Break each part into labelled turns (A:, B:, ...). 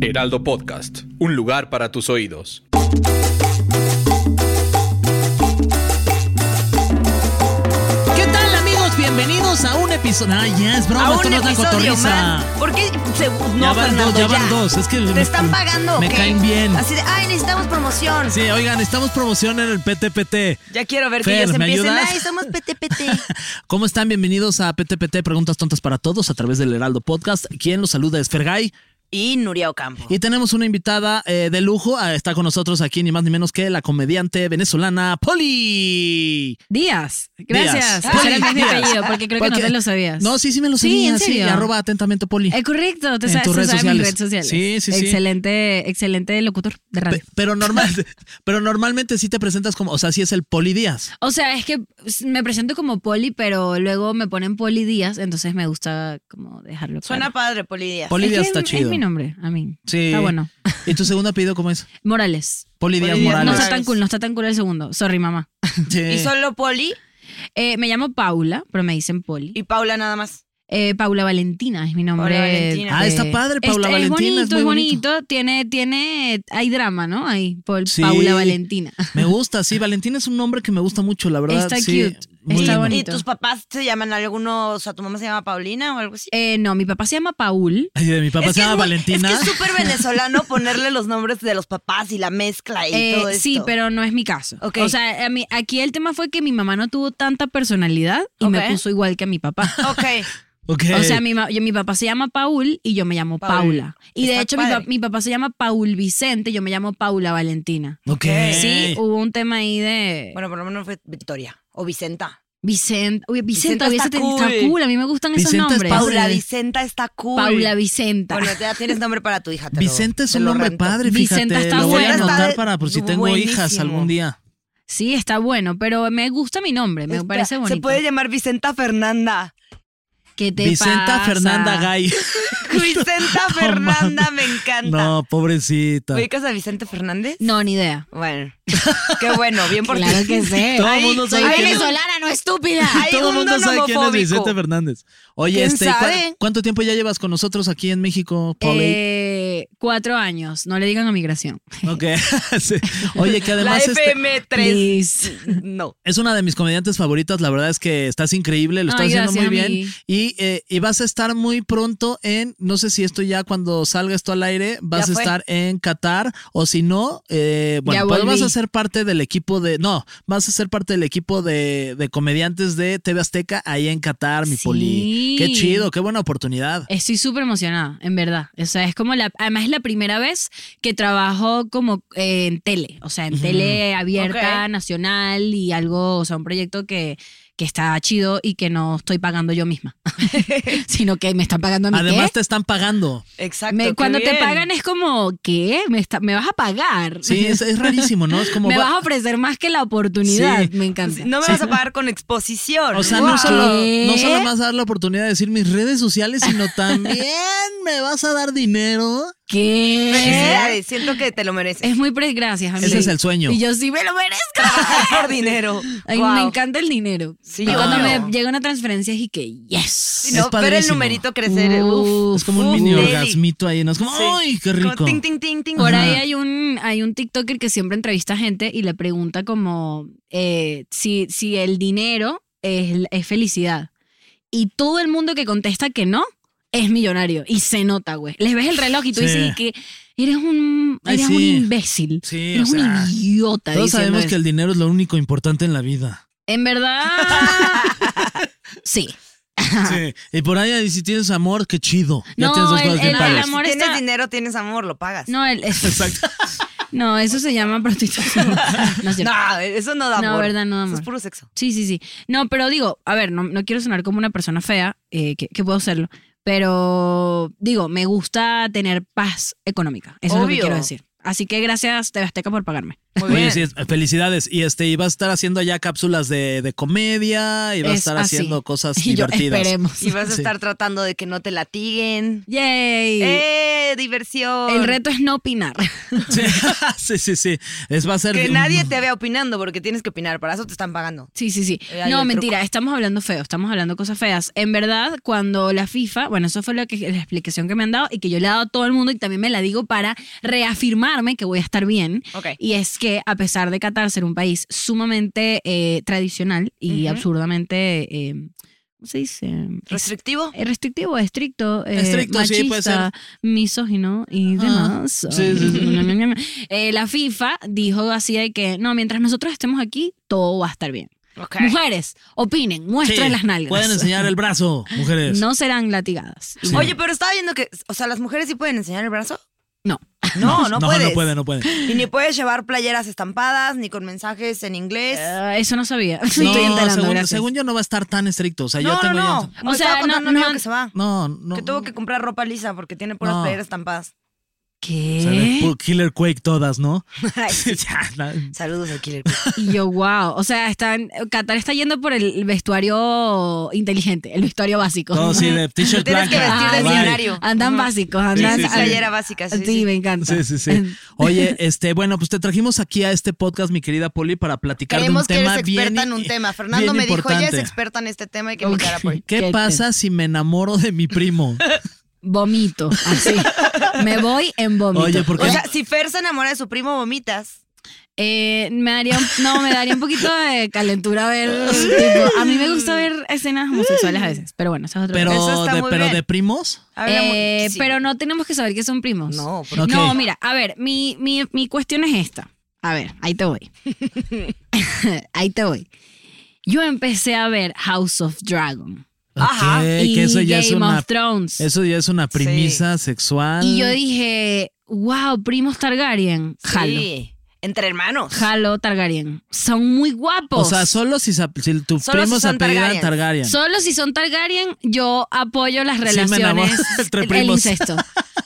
A: Heraldo Podcast, un lugar para tus oídos.
B: ¿Qué tal amigos? Bienvenidos a un episodio. Ay, ya es broma,
C: a
B: esto
C: un
B: no es la
C: episodio
B: cotorriza.
C: más. ¿Por qué? se-
B: ya van
C: no, Fernando,
B: dos, ya, van
C: ya.
B: dos. Es que
C: ¿Te están pagando o
B: Me
C: qué?
B: caen bien.
C: Así de, ay, necesitamos promoción.
B: Sí, oigan, estamos promoción en el PTPT.
C: Ya quiero ver
B: Fer,
C: que ellos
B: ¿me
C: empiecen.
B: ayudas?
C: Ay, somos PTPT.
B: ¿Cómo están? Bienvenidos a PTPT, Preguntas Tontas para Todos a través del Heraldo Podcast. Quien los saluda es Fergay.
C: y Nuria Ocampo.
B: Y tenemos una invitada eh, de lujo. Ah, Está con nosotros aquí ni más ni menos que la comediante venezolana Poli.
D: Díaz. Gracias.
B: Díaz.
D: Por
B: Poli
D: ser mi
B: Díaz.
D: apellido, porque creo que
B: Porque-
D: no te lo sabías.
B: No, sí, sí me lo
D: Sí,
B: sabía.
D: ¿en
B: Sí,
D: serio? Eh,
B: arroba atentamente Poli.
D: Es correcto, te
B: En
D: sabes,
B: tus
D: te
B: redes
D: sabes mis
B: sociales.
D: redes sociales.
B: Sí, sí, sí.
D: Excelente, excelente locutor de radio.
B: Pe- pero, normal, pero normalmente sí te presentas como, o sea, sí es el Poli Díaz.
D: o sea, es que me presento como Poli, pero luego me ponen Poli Díaz, entonces me gusta como dejarlo
C: Suena
D: claro.
C: padre, Polidías.
B: Poli
D: Es que
B: Díaz está
D: es-
B: chido.
D: Es mi nombre, a mí.
B: Sí.
D: Está bueno.
B: ¿Y tu segundo apellido cómo es?
D: Morales.
B: Poli Díaz
C: Díaz
D: No
B: Morales.
D: está
C: Morales.
D: tan cool, no está tan cool el segundo. Sorry, mamá.
B: Sí.
C: Y solo Poli
D: Eh, me llamo Paula, pero me dicen Poli.
C: y Paula nada más.
D: Eh, Paula Valentina es mi nombre. Este
C: Paula Valentina.
B: Ah, está padre, Paula
D: es,
B: Valentina, es
D: Es bonito,
B: muy
D: es
B: bonito.
D: bonito. Tiene, tiene, hay drama, ¿no? Ahí, por
B: Sí.
D: Paula Valentina.
B: Me gusta, sí. Valentín es un nombre que me gusta mucho, la verdad.
D: Está
B: sí,
D: cute,
B: muy
D: está
B: lindo.
D: bonito.
C: ¿Y tus papás se llaman algunos? O sea, tu mamá se llama Paulina o algo así.
D: Eh, no, mi papá se llama Paul.
B: Ay, de mi papá
C: Es
B: se
C: que es
B: llama
C: muy-
B: Valentina.
C: Es que es súper venezolano ponerle los nombres de los papás y la mezcla y
D: Eh,
C: todo esto.
D: sí, pero no es mi caso.
C: Ok.
D: O sea, a mí- aquí el tema fue que mi mamá no tuvo tanta personalidad y
C: Ok.
D: me puso igual que a mi papá.
C: Ok.
B: Ok.
D: O sea, mi, ma- yo- mi papá se llama Paul y yo me llamo
C: Paul.
D: Paula. Y de
C: Está
D: hecho, mi, pa-
C: padre.
D: mi papá se llama Paul Vicente, yo me llamo Paula Valentina.
B: Ok.
D: Sí, uh, hubo un tema ahí de.
C: Bueno, por lo menos fue Victoria o Vicenta.
D: Vicenta, oye,
C: Vicenta
D: Vicenta, hubiese
C: está
D: tenido- está
C: cool.
D: cool, a mí me gustan
B: Vicenta es
D: esos nombres.
B: Paula.
C: Paula Vicenta está cool.
D: Paula Vicenta.
C: Bueno, ya tienes nombre para tu hija. te lo-
B: Vicente es
C: te
B: un
C: lo
B: nombre
C: rento.
B: padre, fíjate.
D: Vicenta está
B: lo voy a
C: buena.
B: anotar
C: Está
B: para por si tengo
C: buenísimo.
B: hijas algún día.
D: sí, está bueno, pero me gusta mi nombre, me
C: Está-
D: parece bonito.
C: Se puede llamar Vicenta Fernanda.
D: ¿Qué te
B: Vicenta
D: pasa?
B: Fernanda Gay.
C: Vicenta
B: No,
C: Fernanda, me encanta.
B: No, pobrecita.
C: ¿Ubicas a Vicente Fernández?
D: No, ni idea.
C: Bueno, qué bueno, bien por ti.
D: Claro que sé.
B: Todo
C: Ay,
B: el mundo sabe
C: soy
B: quién es.
D: venezolana, no estúpida.
C: Ay, hay
B: Todo el
C: un
B: mundo
C: don
B: sabe quién es
C: homofóbico.
B: Vicente Fernández. Oye,
C: ¿Quién
B: este, ¿cu-
C: sabe?
B: ¿cuánto tiempo ya llevas con nosotros aquí en México, Polly?
D: Eh, cuatro años, no le digan a migración.
B: Ok. Sí. Oye, que
C: La
B: además este,
C: FM3.
D: Please.
C: No.
B: es una de mis comediantes favoritas. La verdad es que estás increíble, lo estás
D: Ay,
B: haciendo muy
D: gracias,
B: bien.
D: amigui.
B: Y, eh, y vas a estar muy pronto en, no sé si esto ya cuando salga esto al aire, vas a
C: Ya fue.
B: estar en Qatar o si no, eh, bueno,
D: Ya
B: pues vas
D: volví.
B: a ser parte del equipo de, no, vas a ser parte del equipo de, de comediantes de TV Azteca ahí en Qatar, mi
D: Sí. Eh,
B: Poli. Qué chido, qué buena oportunidad.
D: Estoy súper emocionada, en verdad. O sea, es como la. Además, es la primera vez que trabajo como eh, en tele. O sea, en tele abierta,
C: Ok.
D: nacional y algo. O sea, un proyecto que, que está chido y que no estoy pagando yo misma, sino que me están pagando a mí.
B: Además
D: ¿qué?
B: te están pagando.
C: Exacto.
D: Me-
C: qué
D: cuando te
C: bien.
D: pagan es como, ¿qué? ¿Me, está- me vas a pagar?
B: Sí, es, es rarísimo, ¿no? Es como...
D: me
B: va-
D: vas a ofrecer más que la oportunidad.
B: Sí.
D: Me encanta.
C: No me vas a pagar con exposición.
B: O sea,
C: Wow.
B: no, solo,
D: ¿Qué?
B: no solo me vas a dar la oportunidad de decir mis redes sociales, sino también me vas a dar dinero.
D: ¿Qué?
C: Felicidades, Siento que te lo mereces.
D: Es muy. pre- Gracias, amigo.
B: Ese es el sueño.
D: Y yo sí me lo merezco.
C: Por dinero.
D: Ay,
C: Wow.
D: Me encanta el dinero.
C: Sí,
D: Y
B: Ah,
D: cuando
C: obvio.
D: me llega una transferencia y que yes.
C: Sí,
B: Es
C: no, ver el
B: padrísimo.
C: numerito crecer. eh, uf,
B: Es como un
C: uf,
B: mini
C: deli.
B: orgasmito ahí, ¿no? Es como,
C: Sí.
B: ¡ay, qué
C: Como
B: rico!
C: ting, ting, ting, ting.
D: Por
B: Ajá.
D: ahí hay un, hay un TikToker que siempre entrevista gente y le pregunta como eh, si, si el dinero es, es felicidad. Y todo el mundo que contesta que no es millonario. Y se nota, güey. Les ves el reloj y tú
B: Sí.
D: dices que eres un,
B: Ay,
D: eres
B: sí.
D: un imbécil.
B: Sí, o
D: eres
B: sea,
D: un idiota.
B: Todos
D: diciendo
B: sabemos que
D: eso.
B: el dinero es lo único importante en la vida.
D: En verdad. sí.
B: Sí. Y por ahí, si tienes amor, qué chido. Ya
D: No,
B: tienes dos
D: el-
B: cosas bien
D: el- el
B: padres.
D: amor
C: Si tienes
D: está-
C: dinero, tienes amor, lo pagas.
D: No, el,
B: Exacto.
D: No, eso se llama prostitución. No, es cierto.
C: No, eh, eso no da
D: No,
C: amor.
D: verdad, no da
C: Eso es
D: amor.
C: puro sexo.
D: Sí, sí, sí. No, pero digo, a ver, no, no quiero sonar como una persona fea, eh, que, que puedo serlo, pero digo, me gusta tener paz económica. Eso es lo que
C: Obvio.
D: quiero decir. Así que gracias, TV Azteca, por pagarme.
C: Muy
B: Oye,
C: bien.
B: sí, es- felicidades. Y este, y vas a estar haciendo allá cápsulas de, de comedia y vas a
D: Es
B: estar
D: así.
B: haciendo cosas
D: Y yo,
B: divertidas.
D: esperemos.
C: Y vas a
B: Sí.
C: estar tratando de que no te latiguen.
D: ¡Yay!
C: ¡Eh! Diversión.
D: El reto es no opinar.
B: Sí, sí, sí, sí. Es va a ser
C: Que
B: un-
C: nadie te vea opinando porque tienes que opinar. Para eso te están pagando.
D: Sí, sí, sí.
C: Eh, hay
D: No,
C: el
D: mentira, estamos hablando feo, estamos hablando cosas feas. En verdad, cuando la FIFA, bueno, eso fue lo que, la explicación que me han dado y que yo le he dado a todo el mundo y también me la digo para reafirmarme que voy a estar bien.
C: Ok.
D: Y es que a pesar de Qatar ser un país sumamente eh, tradicional y
C: Ujú.
D: absurdamente, eh, ¿cómo se dice?
C: ¿Restrictivo?
D: Eh, Restrictivo, estricto, eh,
B: Estricto, sí, puede
D: machista, misógino y
B: Ajá.
D: demás.
B: Sí, sí,
D: Eh, la FIFA dijo así de que, no, mientras nosotros estemos aquí, todo va a estar bien.
C: Ok.
D: Mujeres, opinen,
B: Sí,
D: muestren las nalgas.
B: Pueden enseñar el brazo, mujeres.
D: No serán latigadas.
B: Sí.
C: Oye, pero estaba viendo que, o sea, las mujeres sí pueden enseñar el brazo.
D: No.
C: No, no,
B: no
C: puedes.
B: No puede, no puede.
C: Y ni puedes llevar playeras estampadas, ni con mensajes en inglés.
B: Ah,
D: Eh, eso no sabía.
B: No,
D: Estoy enterando,
B: según,
D: gracias.
B: según yo no va a estar tan estricto. O sea, yo
C: no, no,
B: tengo ya-
C: no.
D: O
C: o
D: sea,
C: sea,
D: no,
C: no,
D: no.
C: que se va.
B: No, no.
C: que tuvo que comprar ropa lisa porque tiene puras
B: No.
C: playeras estampadas.
B: O sea, de
D: ¿Qué?
B: pu- Killer Quake todas, ¿no?
C: ¿Eh? Ay, sí.
B: Ya, na-
C: Saludos a Killer.
D: Y yo, wow. O sea, están, Qatar está yendo por el vestuario inteligente, el vestuario básico. Ah,
B: Todo sí, de t-shirt
C: Tienes que
B: blanca.
C: vestir de
B: bye.
C: millonario.
D: Andan
C: Ajá.
D: básicos, andan.
B: sí, sí.
C: Playera básica, sí,
D: Sí,
C: sí.
D: me encanta.
B: Sí, sí, sí. Oye, este, bueno, pues te trajimos aquí a este podcast, mi querida Poli, para platicar
C: Creemos
B: de
C: que
B: un tema
C: eres experta
B: bien
C: en un tema. Fernando
B: bien
C: me dijo,
B: importante.
C: ella es experta en este tema y que
D: Ok.
C: me cara por
B: ¿Qué,
D: ¿Qué te-
B: pasa si me enamoro de mi primo?
D: Vomito, así. me voy en vómito.
B: Oye, porque
C: O sea, si Fer se enamora de su primo, vomitas.
D: Eh, me daría un- no, me daría un poquito de calentura ver. tipo, a mí me gusta ver escenas homosexuales a veces, pero bueno, esa es otra
B: pero,
C: eso está
B: de,
C: muy
B: pero
C: bien.
B: de primos.
C: A ver,
D: Eh,
C: sí.
D: Pero no tenemos que saber que son primos.
C: No, por-
B: Ok.
D: No, mira, a ver, mi, mi, mi cuestión es esta. A ver, ahí te voy. ahí te voy. Yo empecé a ver House of Dragon
C: Ajá,
B: Ok,
D: y
B: que eso
D: Game
B: ya es una
D: of Thrones.
B: eso ya es una premisa sexual.
D: Y yo dije, wow, primos Targaryen. Jalo.
C: Sí. Entre hermanos.
D: Jalo Targaryen. Son muy
B: o
D: guapos.
B: sea, solo si, sa- si tus
C: Solo si
B: primos se
C: son
B: apellidan
C: Targaryen.
B: Targaryen.
D: Solo si son Targaryen, yo apoyo las
B: Sí, me enamoro
D: relaciones,
B: entre
D: el- el
B: primos.
D: incesto.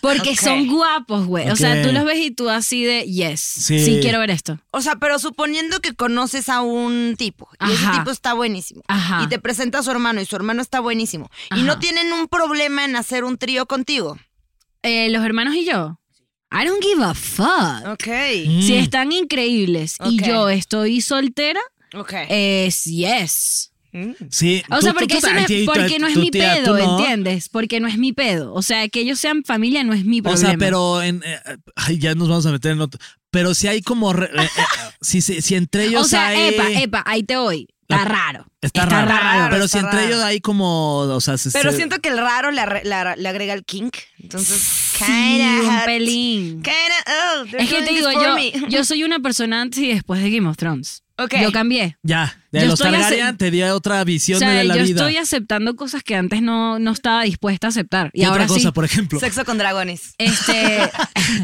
D: Porque
C: Ok.
D: son guapos, güey. O sea,
B: Ok.
D: tú los ves y tú así de, yes,
B: Sí.
D: sí, quiero ver esto.
C: O sea, pero suponiendo que conoces a un tipo y ese
D: Ajá.
C: tipo está buenísimo
D: Ajá.
C: y te presenta a su hermano y su hermano está buenísimo y
D: Ajá.
C: no tienen un problema en hacer un trío contigo.
D: Eh, los hermanos y yo. I don't give a fuck.
C: Ok,
B: Mm.
D: Si están increíbles y
C: Ok.
D: yo estoy soltera,
C: ok. Mm.
D: es yes.
B: Sí,
D: O
B: tú-
D: sea,
B: tú-
D: porque,
B: tú-
D: eso no,
B: ay,
D: es,
B: tú-
D: porque no es
B: tú,
D: mi
B: tía, tú
D: pedo,
B: no.
D: ¿entiendes? Porque no es mi pedo. O sea, que ellos sean familia no es mi
B: O
D: problema.
B: sea, pero en, eh, ay, ya nos vamos a meter en otro. Pero si hay como re- eh, eh, si, si- si entre
D: O
B: ellos Ah.
D: sea,
B: hay
D: epa, epa, ahí te voy. Está
B: La-
D: raro.
B: está, raro,
C: raro,
B: pero
C: está
B: si entre
C: raro.
B: ellos hay como, o sea, se-
C: Pero
B: se-
C: siento que el raro le, arre- le ar- le agrega el kink. Entonces,
D: Sí,
C: kinda
D: un
C: hot.
D: pelín.
C: Kinda, oh, they're
D: Es que
C: doing
D: te
C: this
D: digo,
C: for
D: yo,
C: me.
D: yo soy una persona antes y después de Game of Thrones.
C: Ok.
D: Yo cambié.
B: ya, de
D: Yo
B: los
D: estoy
B: Targaryen
D: hace-
B: te dio otra
D: O
B: visión
D: sea,
B: de la
D: yo
B: vida.
D: estoy aceptando cosas que antes no, no estaba dispuesta a aceptar. Y
B: ¿Qué
D: ahora
B: otra cosa,
D: sí.
B: por ejemplo,
C: Sexo con dragones.
D: Este,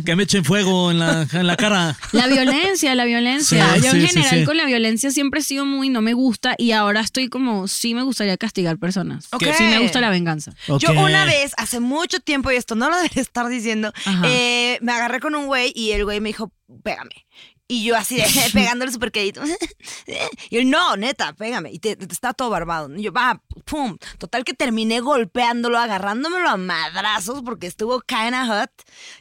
B: que me echen fuego en la, en la cara.
D: la violencia, la violencia.
B: Sí,
D: yo
B: sí,
D: en
B: sí,
D: general
B: sí.
D: con la violencia siempre he sido muy no me gusta y ahora estoy como sí me gustaría castigar personas.
C: Ok.
D: Sí me gusta la venganza.
B: Ok.
C: Yo una vez, hace mucho tiempo, y esto no lo debería estar diciendo,
D: Ajá.
C: eh, me agarré con un güey y el güey me dijo, pégame. Y yo así de, pegándole súper quedito. Y él, no, neta, pégame. Y te, te está todo barbado. Y yo, va, pum. Total que terminé golpeándolo, agarrándomelo a madrazos porque estuvo kinda hot.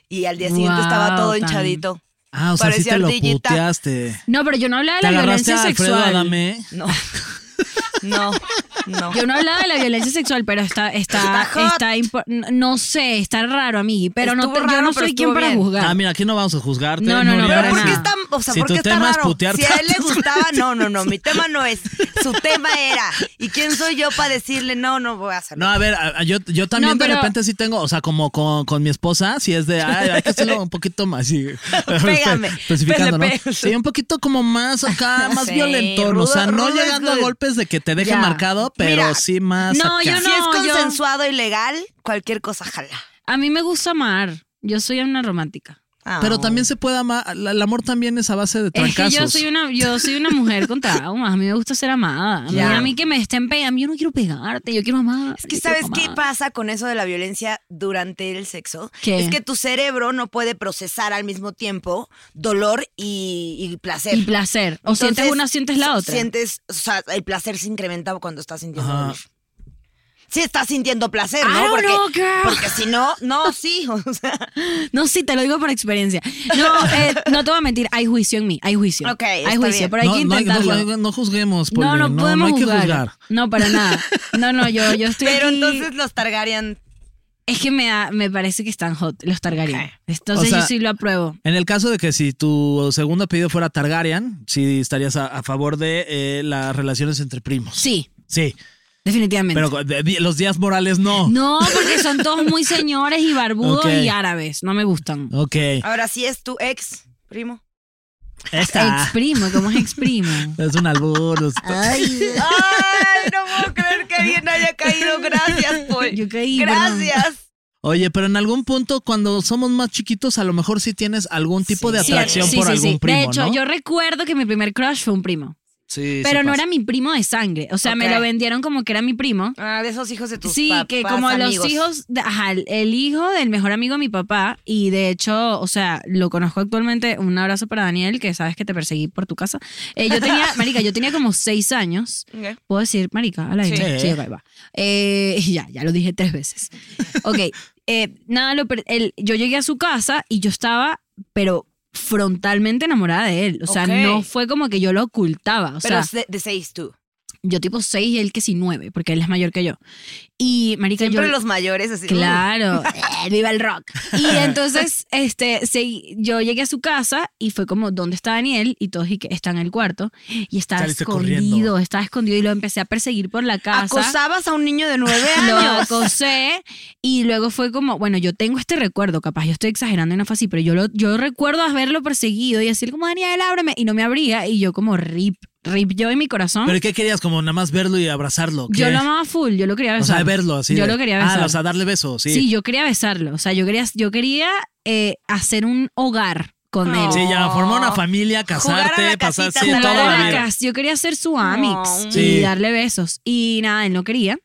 C: Y al día siguiente
D: Wow,
C: estaba todo
D: tan-
C: hinchadito.
B: Ah, o sea, sí
C: Parecía
B: te lo
C: ardillita.
B: puteaste.
D: No, pero yo no hablaba de
B: Te
D: la
B: agarraste
D: violencia
B: a Alfredo
D: sexual.
B: Adame.
C: No. No, no.
D: Yo no hablaba de la violencia sexual, pero está, está,
C: Está hot.
D: está impo- no- no sé, está raro, amigui, pero no,
C: Estuvo
D: te- yo
C: raro,
D: no
C: pero
D: soy quien
C: estuvo
D: para
C: bien.
D: juzgar.
B: Ah, mira, aquí no vamos a juzgarte.
D: No, no, no,
B: Nuria.
C: Pero
D: para
C: ¿por qué
D: nada.
C: está, o sea,
B: Si
C: por
B: tu
C: qué está
B: tema es
C: raro?
B: putear
C: si a él le
B: tanto.
C: gustaba, no, no, no, mi tema no es. Su tema era. ¿Y quién soy yo para decirle no, no voy a hacerlo?
B: No, a ver, a- a- yo, yo también
D: No,
B: de
D: pero-
B: repente sí tengo, o sea, como con, con mi esposa, sí es de, ay, hay que hacerlo un poquito más, sí.
C: Pégame,
B: Especificando, ¿no?
C: pele, pele.
B: Sí, un poquito como más acá, más
C: Sí,
B: violentón, o sea,
C: rudo,
B: no
C: rudo es
B: llegando a
C: good.
B: golpes de que te deje
D: Ya.
B: marcado, pero
C: Mira,
B: sí más
D: no,
B: acá.
D: yo
C: si es
D: no, yo-
C: consensuado y legal, cualquier cosa jala.
D: A mí me gusta amar. Yo soy una romántica.
C: Ah.
B: Pero también se puede amar. la- El amor también es a base de
D: Es que
B: trancazos.
D: yo soy una, yo soy una mujer con traumas. A mí me gusta ser amada. A mí,
C: Ya.
D: a mí que me estén pegando, yo no quiero pegarte, yo quiero amar.
C: Es que
D: yo quiero
C: ¿sabes qué
D: amar.
C: pasa con eso de la violencia durante el sexo?
D: ¿Qué?
C: Es que tu cerebro no puede procesar al mismo tiempo dolor y, y placer.
D: Y placer. O sientes
C: Entonces,
D: una, sientes la otra.
C: Sientes, o sea, el placer se incrementa cuando estás sintiendo
B: Ajá.
C: dolor. Sí estás sintiendo placer,
D: I
C: ¿no?
D: don't
C: porque,
D: know, girl.
C: porque si no, no, sí. O sea,
D: No, sí, te lo digo por experiencia. No, eh, no te voy a mentir, hay juicio en mí, hay juicio.
C: Ok,
D: hay
C: está
D: juicio,
C: bien.
D: pero hay
B: no,
D: que
B: no hay- no-
D: intentarlo.
B: no, juzguemos.
D: No,
B: Poli,
D: no, podemos
B: hay que
D: juzgar.
B: juzgar.
D: No, para nada. No, no, yo, yo estoy
C: pero
D: aquí-
C: entonces los Targaryen.
D: Es que me, da- me parece que están hot, los Targaryen.
C: Ok.
D: Entonces
B: O sea-
D: yo sí lo apruebo.
B: En el caso de que si tu segundo apellido fuera Targaryen, sí estarías a, a favor de eh, las relaciones entre primos.
D: Sí,
B: Sí,
D: definitivamente.
B: pero con- de- di- los días morales no.
D: no, porque son todos muy señores y barbudos
B: Ok.
D: y árabes. No me gustan.
B: Ok.
C: Ahora sí es tu ex, primo.
B: Esta.
D: Ex primo, ¿cómo es ex primo?
B: Es un albur. es-
D: Ah.
C: Ay, no puedo creer que alguien haya caído. Gracias, Paul.
D: Yo caí,
C: Gracias.
B: Oye, pero en algún punto, cuando somos más chiquitos, a lo mejor sí tienes algún tipo de
D: Sí,
B: atracción
D: sí,
B: por
D: sí, sí.
B: algún primo.
D: De hecho,
B: ¿no?
D: yo recuerdo que mi primer crush fue un primo.
B: Sí,
D: Pero
B: sí
D: no
B: pasa.
D: era mi primo de sangre. O sea, me
C: Ok.
D: lo vendieron como que era mi primo.
C: Ah, de esos hijos de tus
D: sí,
C: papás.
D: que como
C: amigos.
D: los hijos, de- ajá, el hijo del mejor amigo de mi papá, y de hecho, o sea, lo conozco actualmente, un abrazo para Daniel, que sabes que te perseguí por tu casa. Eh, yo tenía, Marica, yo tenía como seis años.
C: Ok.
D: ¿Puedo decir, Marica? A la
C: Sí.
D: Sí, ok, va. Eh, ya, ya lo dije tres veces. Ok, eh, nada, lo per- el- yo llegué a su casa y yo estaba, pero frontalmente enamorada de él. O sea,
C: Ok.
D: no fue como que yo lo ocultaba. O
C: Pero
D: sea,
C: es de, de seis tú.
D: yo tipo 6 y él que sí 9, porque él es mayor que yo. Y marica,
C: Siempre
D: yo...
C: los mayores así.
D: Claro, eh, viva el rock. Y entonces, este, seguí- yo llegué a su casa y fue como, ¿dónde está Daniel? Y todos, y que está en el cuarto. Y estaba
B: Saliste
D: escondido,
B: corriendo.
D: estaba escondido y lo empecé a perseguir por la casa.
C: Acosabas a un niño de nueve
D: Lo
C: años.
D: acosé y luego fue como, bueno, yo tengo este recuerdo, capaz yo estoy exagerando y no fue así, pero yo, lo, yo recuerdo haberlo perseguido y decir como, Daniel, ábreme, y no me abría y yo como rip, rip yo en mi corazón.
B: ¿Pero qué querías? Como nada más verlo y abrazarlo. ¿qué?
D: Yo lo amaba full, yo lo quería
B: O
D: besar.
B: sea, verlo así.
D: Yo
B: de-
D: lo quería besar.
B: Ah, o sea, darle besos, sí.
D: Sí, yo quería besarlo. O sea, yo quería, yo quería eh, hacer un hogar con él.
C: No.
B: Sí, ya formar una familia,
C: Jugar a la
B: casarte,
C: casita,
B: pasar sí,
C: jugar
D: Jugar
B: toda
D: a
B: la
D: la
B: vida.
D: casa. Yo quería ser su amix
C: No.
B: Sí.
D: y darle besos. Y nada, él no quería.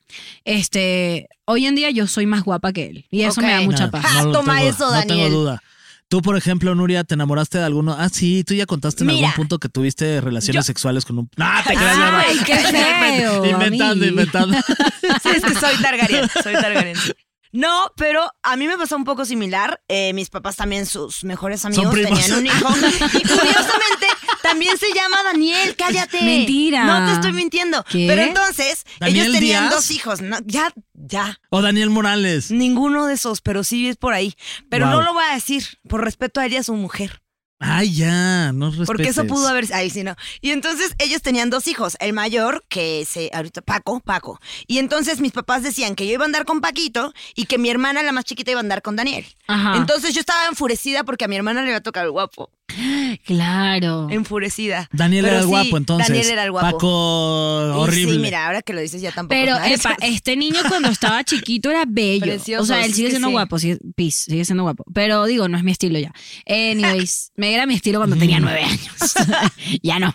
D: Este, hoy en día yo soy más guapa que él. Y eso
C: Ok.
D: me da mucha
B: Ah,
D: paz.
C: Ah,
B: lo
C: toma
B: tengo-
C: eso,
B: No
C: Daniel.
B: tengo duda. Tú, por ejemplo, Nuria, ¿te enamoraste de alguno? Ah, sí, tú ya contaste en
C: Mira,
B: algún punto que tuviste relaciones sexuales con un... ¡Ah, te creas, ya va.
D: Ay, qué feo.
B: Inventando,
D: amigo.
B: inventando.
C: Sí, es que soy Targaryen. Soy Targaryen. sí. No, pero a mí me pasó un poco similar. Eh, mis papás también, sus mejores amigos,
B: primos.
C: tenían un hijo. Y curiosamente, también se llama Daniel, cállate.
D: Mentira.
C: No te estoy mintiendo.
D: ¿Qué?
C: Pero entonces,
B: ¿Daniel
C: ellos tenían
B: Díaz?
C: dos hijos. No, ya, ya.
B: O Daniel Morales.
C: Ninguno de esos, pero sí es por ahí. Pero
B: Wow.
C: no lo voy a decir, por respeto a ella, y a su mujer.
B: Ay, ya, no respetes.
C: Porque eso pudo haber. Ahí sí, no. Y entonces ellos tenían dos hijos. El mayor, que se. Ahorita, Paco, Paco. Y entonces mis papás decían que yo iba a andar con Paquito y que mi hermana, la más chiquita, iba a andar con Daniel.
D: Ajá.
C: Entonces yo estaba enfurecida porque a mi hermana le iba a tocar el guapo.
D: claro.
C: Enfurecida.
B: Daniel
C: Pero
B: era el
C: sí,
B: guapo, entonces.
C: Daniel era el guapo.
B: Paco, horrible.
C: Y sí, mira, ahora que lo dices ya tampoco.
D: Pero,
C: es nada.
D: epa, este niño cuando estaba chiquito era bello.
C: Precioso,
D: o sea, él
C: es
D: sigue
C: que
D: siendo
C: sí.
D: guapo, sigue, pis, sigue siendo guapo. Pero digo, no es mi estilo ya. Anyways, me era mi estilo cuando tenía nueve años. ya no.
B: Mm.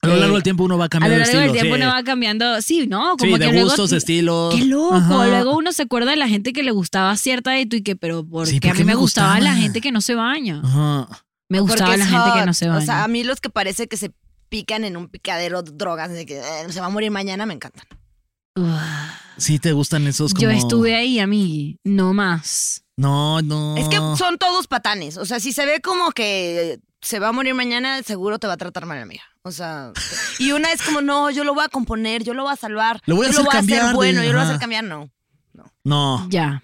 B: A lo
D: eh,
B: largo del tiempo uno va
D: A
B: cambiando de
D: lo largo
B: estilo.
D: del tiempo
B: sí.
D: uno va cambiando. Sí, no,
B: Sí,
D: como que
B: de
D: luego.
B: gustos, estilos.
D: Qué loco.
B: Ajá.
D: Luego uno se acuerda de la gente que le gustaba cierta de y que, pero porque
B: Sí, ¿por
D: a
B: qué
D: mí me
B: me
D: gustaba,
B: gustaba?
D: la gente que no se baña.
B: Ajá.
D: Me
C: Porque
D: gustaba la
C: es
D: gente que
C: hot.
D: no se baña.
C: O sea, a mí los que parece que se pican en un picadero de drogas, de que eh, se va a morir mañana, me encantan.
D: Uah.
B: Sí te gustan esos Pues como...
D: Yo estuve ahí, amigui. No más.
B: No, no.
C: Es que son todos patanes. O sea, si se ve como que se va a morir mañana, seguro te va a tratar mal, amiga. O sea, y una es como, no, yo lo voy a componer, yo lo voy a salvar,
B: Lo voy a
C: yo
B: hacer
C: lo voy a
B: cambiar de-
C: hacer bueno, yo lo voy a hacer
B: ajá.
C: cambiar, no.
B: No.
D: Ya.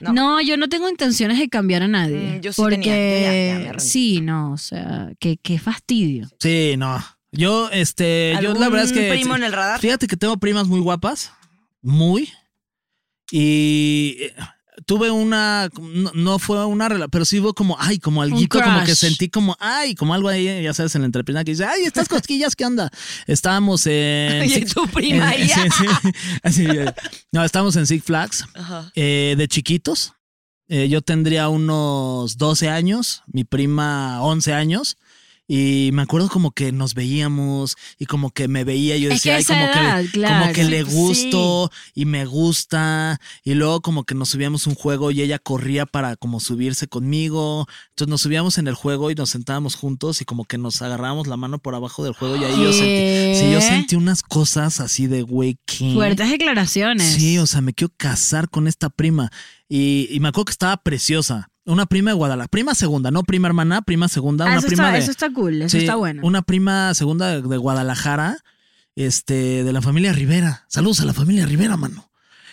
C: No.
D: No. yo no tengo intenciones de cambiar a nadie.
C: Mm, yo sí
D: porque
C: tenía, yo ya- ya me rendí.
D: sí, no, o sea, qué, qué fastidio.
B: Sí, no. Yo, este, yo la verdad es que...
C: ¿Algún primo en el radar?
B: Fíjate que tengo primas muy guapas, muy. Y eh, tuve una, no, no fue una relación, pero sí hubo como, ay, como algo, como
D: crush.
B: que sentí como, ay, como algo ahí, ya sabes, en la entrepierna que dice, ay, estas cosquillas, ¿qué onda? Estábamos en...
C: Oye,
B: Six-
C: tu
B: en-
C: primaria.
B: sí, sí. Así, eh, no, estábamos en Six Flags,
C: Ajá.
B: eh, de chiquitos. Eh, yo tendría unos 12 años, mi prima 11 años. Y me acuerdo como que nos veíamos y como que me veía y yo
D: Es
B: decía,
D: que
B: "Ay,
D: esa
B: como,
D: edad,
B: que,
D: claro.
B: como que le
D: Sí.
B: gusto y me gusta. Y luego como que nos subíamos un juego y ella corría para como subirse conmigo. Entonces nos subíamos en el juego y nos sentábamos juntos y como que nos agarrábamos la mano por abajo del juego y ahí yo sentí,
D: eh, ¿Qué?
B: sí, yo sentí unas cosas así de, güey, ¿qué?
D: Fuertes declaraciones.
B: Sí, o sea, me quiero casar con esta prima. Y, y me acuerdo que estaba preciosa. Una prima de Guadalajara. Prima segunda, no prima hermana, prima segunda.
D: Ah,
B: una
D: eso,
B: prima
D: está,
B: de,
D: eso está cool, eso
B: sí,
D: está bueno.
B: Una prima segunda de, de Guadalajara, este, de la familia Rivera. Saludos a la familia Rivera, mano.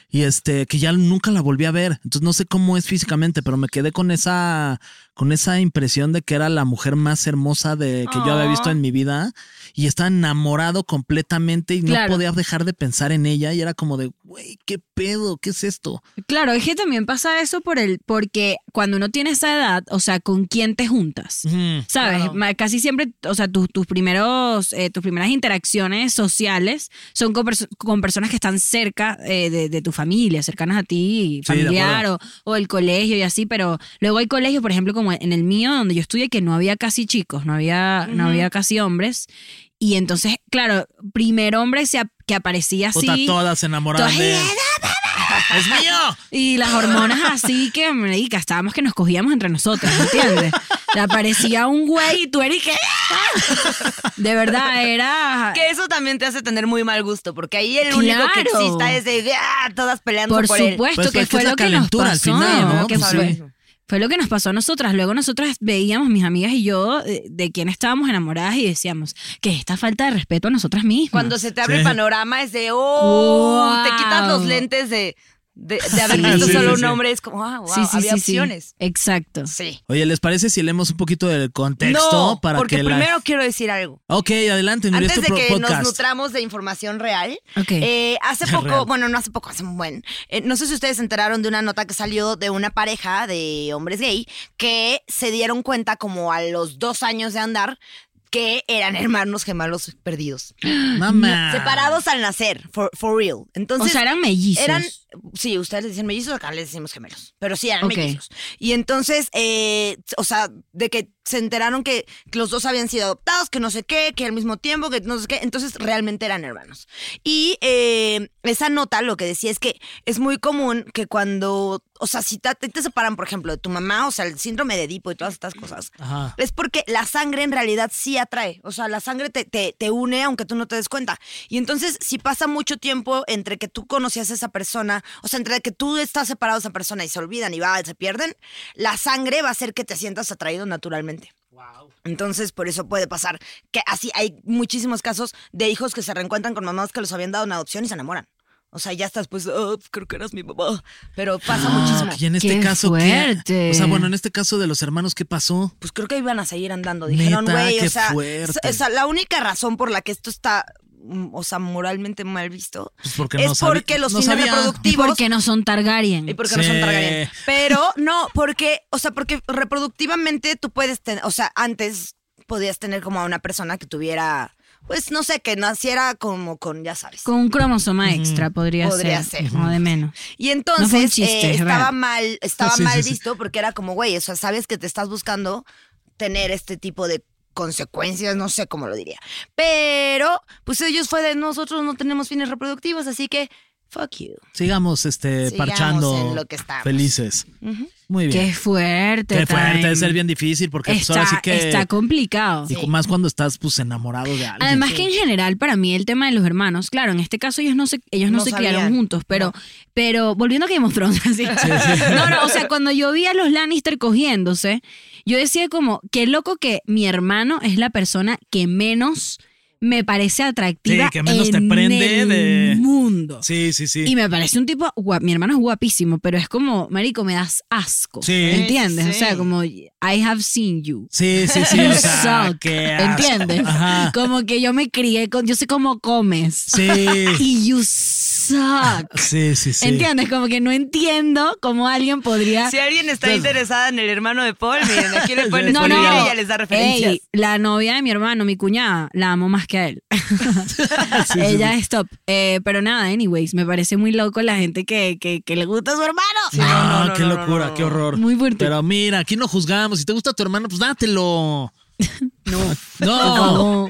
B: Y este, que ya nunca la volví a ver. Entonces no sé cómo es físicamente, pero me quedé con esa, con esa impresión de que era la mujer más hermosa de que yo había
C: Aw.
B: visto en mi vida. Y estaba enamorado completamente y
D: Claro.
B: no podía dejar de pensar en ella. Y era como de, güey, qué pedo, ¿qué es esto?
D: Claro, es que también pasa eso por el, porque cuando uno tiene esa edad, o sea, ¿con quién te juntas? ¿Sabes?
C: Claro.
D: Ma- Casi siempre, o sea, tus, tus primeros, eh, tus primeras interacciones sociales son con, perso- con personas que están cerca eh, de, de tu familia, cercanas a ti,
B: Sí, de
D: familiar o, o el colegio y así, pero luego hay colegios, por ejemplo, como en el mío, donde yo estudié, que no había casi chicos, no había, no
C: Ujú.
D: había casi hombres. Y entonces, claro, primer hombre se ap- que aparecía así.
B: Puta, todas se enamoraron
D: Todas-
B: de él. ¡Es mío!
D: Y las hormonas así que, marica, estábamos que nos cogíamos entre nosotros, ¿entiendes? Te aparecía un güey y tú eres que... ¡ah! De verdad, era...
C: Que eso también te hace tener muy mal gusto, porque ahí el único que
D: Claro.
C: exista es de "Ah, todas peleando por,
D: Por
C: él.
D: supuesto
B: Pues,
D: que
B: es que
D: fue
B: es la
D: lo que nos
B: calentura al
D: pasó.
B: final, ¿no?
D: que
B: Pues,
D: fue,
B: sí.
D: fue lo que nos pasó a nosotras. Luego nosotras veíamos, mis amigas y yo, de, de quién estábamos enamoradas y decíamos, que esta falta de respeto a nosotras mismas.
C: Cuando se te abre
B: Sí.
C: el panorama es de, oh,
D: Wow.
C: te quitas los lentes de, de, de haber
D: Sí.
C: visto
D: Sí,
C: solo
B: sí,
C: un
B: sí.
C: hombre, es como, ah, wow,
D: sí, sí,
C: había
D: sí, sí.
C: opciones.
D: Exacto.
C: Sí.
B: Oye, ¿les parece si leemos un poquito del contexto
C: no,
B: para
C: porque
B: que la-
C: primero quiero decir algo.
B: Ok, adelante, Nuria, es
C: Antes
B: tu
C: de
B: pro-
C: que nos
B: podcast.
C: nutramos de información real,
D: Ok.
C: eh, hace
B: Es
C: poco,
B: real.
C: bueno, no hace poco, hace un buen. eh, no sé si ustedes se enteraron de una nota que salió de una pareja de hombres gay que se dieron cuenta como a los dos años de andar que eran hermanos gemelos perdidos.
B: Mamá.
C: Separados al nacer, for, for real. Entonces,
D: o sea, eran mellizos.
C: eran, sí, ustedes le dicen mellizos, acá les decimos gemelos, pero sí eran
D: Ok.
C: mellizos. Y entonces, eh, o sea, de que se enteraron que los dos habían sido adoptados, que no sé qué, que al mismo tiempo, que no sé qué, entonces realmente eran hermanos. Y eh, esa nota lo que decía es que es muy común que cuando, o sea, si te, te separan, por ejemplo, de tu mamá, o sea, el síndrome de Edipo y todas estas cosas,
B: Ajá.
C: es porque la sangre en realidad sí atrae. O sea, la sangre te, te- te une aunque tú no te des cuenta. Y entonces, si pasa mucho tiempo entre que tú conocías a esa persona, o sea, entre que tú estás separado de esa persona y se olvidan y va, se pierden, la sangre va a hacer que te sientas atraído naturalmente. Entonces, por eso puede pasar que así hay muchísimos casos de hijos que se reencuentran con mamás que los habían dado en adopción y se enamoran. O sea, ya estás, pues, "Oh, creo que eras mi papá. Pero pasa muchísimo.
B: Y en este
D: Qué
B: caso, ¿qué?
D: fuerte.
B: O sea, bueno, en este caso de los hermanos, ¿qué pasó?
C: pues creo que iban a seguir andando. Dijeron,
B: Neta,
C: güey,
B: qué
C: o sea,
B: fuerte.
C: s- o sea, la única razón por la que esto está, mm, o sea, moralmente mal visto,
B: Pues porque no
C: es
B: sabía-
C: porque los
B: no
C: fines
B: sabía.
D: ¿Y
C: reproductivos
D: por qué no son Targaryen?
C: y porque no son
B: Sí.
C: Targaryen. Pero no, porque, o sea, porque reproductivamente tú puedes tener, o sea, antes podías tener como a una persona que tuviera, pues no sé, que naciera como con, ya sabes.
D: Con un cromosoma extra podría,
C: Podría
D: ser.
C: ser.
D: O de menos.
C: Y entonces
D: fue un chiste,
C: eh,
D: es
C: estaba
D: real.
C: mal, estaba
B: Sí, sí,
C: mal
B: sí.
C: visto porque era como, güey, o sea, sabes que te estás buscando tener este tipo de consecuencias, no sé cómo lo diría. Pero, pues ellos fue de nosotros no tenemos fines reproductivos, así que fuck you.
B: Sigamos este
C: Sigamos
B: parchando
C: en lo que estamos.
B: felices. Muy bien.
D: Qué fuerte.
B: Qué fuerte,
D: time.
B: debe ser bien difícil porque pues,
D: Está,
B: ahora sí que
D: está complicado.
B: y más cuando estás pues enamorado de alguien.
D: Además que en general para mí el tema de los hermanos, claro, en este caso ellos no se, ellos no
C: No
D: se
C: sabían.
D: criaron juntos, pero, pero volviendo a Game of Thrones, así. No, no, o sea, cuando yo vi a los Lannister cogiéndose, yo decía como, qué loco que mi hermano es la persona que menos me parece atractiva
B: Sí, que menos
D: en
B: te prende
D: el
B: de-
D: mundo.
B: Sí, sí, sí.
D: Y me parece un tipo, guap- mi hermano es guapísimo, pero es como, marico, me das asco.
B: Sí.
D: ¿Entiendes? O
C: Sí.
D: sea, como, I have seen you.
B: Sí, sí, sí.
D: You
B: o sea,
D: suck.
B: qué asco.
D: ¿Entiendes?
B: Ajá.
D: Como que yo me crié con, yo sé cómo comes.
B: Sí.
D: Y you suck.
B: Sí, sí, sí.
D: ¿Entiendes? Como que no entiendo cómo alguien podría.
C: Si alguien está interesada en el hermano de Paul, miren, aquí le ponen
D: No,
C: no,
D: no.
C: ella les da referencias.
D: Ey, la novia de mi hermano, mi cuñada, la amo más que a él.
B: Sí, sí,
D: Ella es top. Eh, pero nada, anyways, me parece muy loco la gente que, que, que le gusta a su hermano.
C: Sí, no,
B: Ah,
C: no, no,
B: qué
C: no, no,
B: locura,
C: no, no.
B: qué horror.
D: Muy fuerte.
B: Pero mira, aquí no juzgamos. Si te gusta tu hermano, pues dátelo.
D: No.
B: No.
D: No.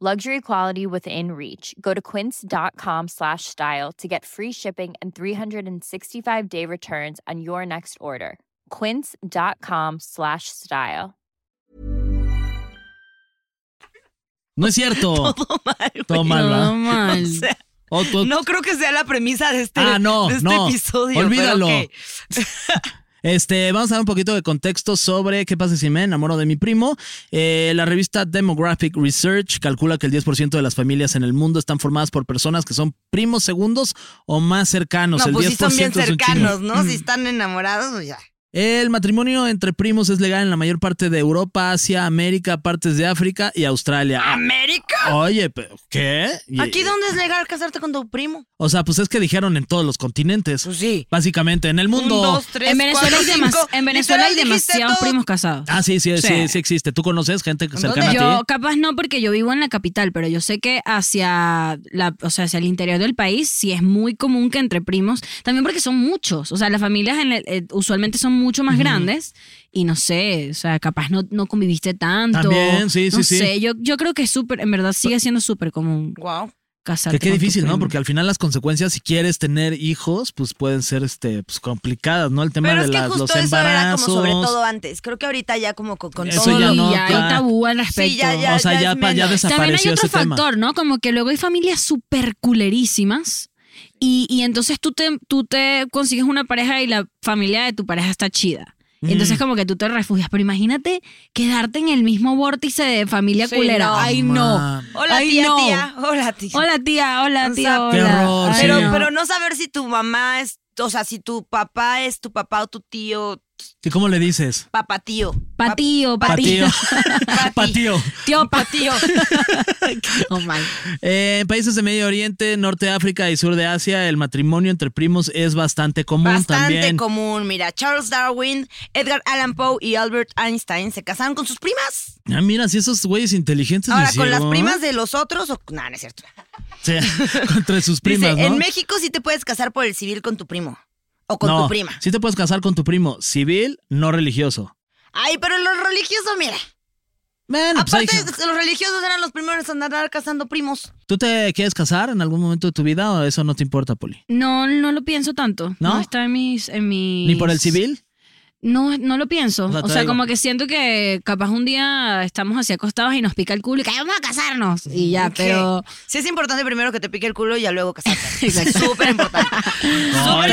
E: Luxury quality within reach. Go to quince.com slash style to get free shipping and 365 day returns on your next order. Quince.com slash style.
B: No es cierto.
C: Todo mal, güey.
B: Tómalo.
D: Todo mal.
C: O sea,
B: O tu-
C: no creo que sea la premisa de este,
B: Oh, Ah, no,
C: de este
B: no.
C: episodio.
B: Olvídalo.
C: pero ok.
B: Este, vamos a dar un poquito de contexto sobre qué pasa si me enamoro de mi primo. Eh, la revista Demographic Research calcula que el 10% de las familias en el mundo están formadas por personas que son primos segundos o más cercanos.
C: No,
B: el
C: pues sí son bien
B: 10% es un chingo.
C: cercanos, ¿no? Si están enamorados, pues ya.
B: El matrimonio entre primos es legal en la mayor parte de Europa, Asia, América, partes de África y Australia.
C: ¿América?
B: Oye, pero, ¿qué? Y- eh,
C: ¿Aquí dónde es legal casarte con tu primo?
B: O sea, pues es que dijeron en todos los continentes.
C: Pues sí.
B: Básicamente, en el mundo.
C: Un, dos, tres,
D: En Venezuela,
C: cuatro,
D: hay demas-
C: cinco.
D: en Venezuela hay
C: Literal, dijiste
D: demasiados
C: todo.
D: primos casados.
B: Ah, sí, sí, sí,
D: Sí.
B: sí, existe. ¿Tú conoces gente
C: ¿Dónde?
B: cercana a
D: Yo
B: ti?
D: capaz no porque yo vivo en la capital, pero yo sé que hacia la, o sea, hacia el interior del país sí es muy común que entre primos, también porque son muchos, o sea, las familias en el- eh, usualmente son mucho más grandes y no sé, o sea, capaz no, no conviviste tanto.
B: También, sí,
D: no
B: sí, sí.
D: sé, Yo, yo creo que es súper, en verdad sigue siendo súper común
C: Wow.
D: casarte.
B: Que qué
D: con tu
B: difícil, ¿no?
D: primo.
B: Porque al final las consecuencias, si quieres tener hijos, pues pueden ser este, pues, complicadas, ¿no? El tema
C: Pero
B: de
C: es que
B: las-
C: justo
B: los
C: eso era como
B: embarazos.
C: sobre todo antes. Creo que ahorita ya como con, con
B: Eso
C: todo
B: ya
C: lo-
D: y
B: no,
D: ya
B: claro.
D: hay tabú al respecto.
C: Sí, ya, ya.
B: o sea, ya,
C: es
B: pa- ya
C: menos.
D: También hay
B: desapareció
D: otro
B: ese
D: factor, ¿no? Como que luego hay familias súper culerísimas y, y entonces tú te, tú te consigues una pareja y la familia de tu pareja está chida. Y Entonces
B: Mm.
D: como que tú te refugias, pero imagínate quedarte en el mismo vórtice de familia
C: Sí,
D: culera.
C: no.
D: Ay,
B: tema.
D: no.
C: Hola
D: Ay,
C: tía,
D: no.
C: tía. Hola tía.
D: Hola tía, hola
C: O
D: tía,
C: sea,
D: hola.
B: Qué horror,
D: Ay,
C: pero,
B: sí.
C: pero no saber si tu mamá es, o sea, si tu papá es tu papá o tu tío,
B: ¿Y cómo le dices?
C: papatío.
D: Patío,
C: Pa-
D: patío.
C: Papi.
B: Patío.
D: Tío, patío. oh, my.
B: Eh, en países de Medio Oriente, Norte de África y Sur de Asia, el matrimonio entre primos es bastante común
C: Bastante
B: también.
C: común, mira, Charles Darwin, Edgar Allan Poe y Albert Einstein se casaron con sus primas.
B: ah, mira, si esos güeyes inteligentes lo
C: Ahora, con las
B: hicieron. ¿eh?
C: primas de los otros, o, no, no es cierto.
B: Sí, contra sus primas,
C: Dice,
B: ¿no?
C: en México sí te puedes casar por el civil con tu primo o con
B: no,
C: tu prima.
B: Sí te puedes casar con tu primo, civil, no religioso.
C: Ay, pero los religiosos, mira.
B: Bueno, pues ahí-
C: Aparte, los religiosos eran los primeros en andar casando primos.
B: ¿Tú te quieres casar en algún momento de tu vida o eso no te importa, Poli?
D: No, no lo pienso tanto.
B: ¿No?
D: No, está en mis, en mis...
B: ¿Ni por el civil?
D: No, no lo pienso.
B: O
D: O
B: sea,
D: sea,
B: te digo.
D: como que siento que capaz un día estamos así acostados y nos pica el culo y que "Ay, vamos a casarnos. Y ya,
C: Ok.
D: pero.
C: Sí es importante primero que te pique el culo y ya luego casarte. Súper importante. Súper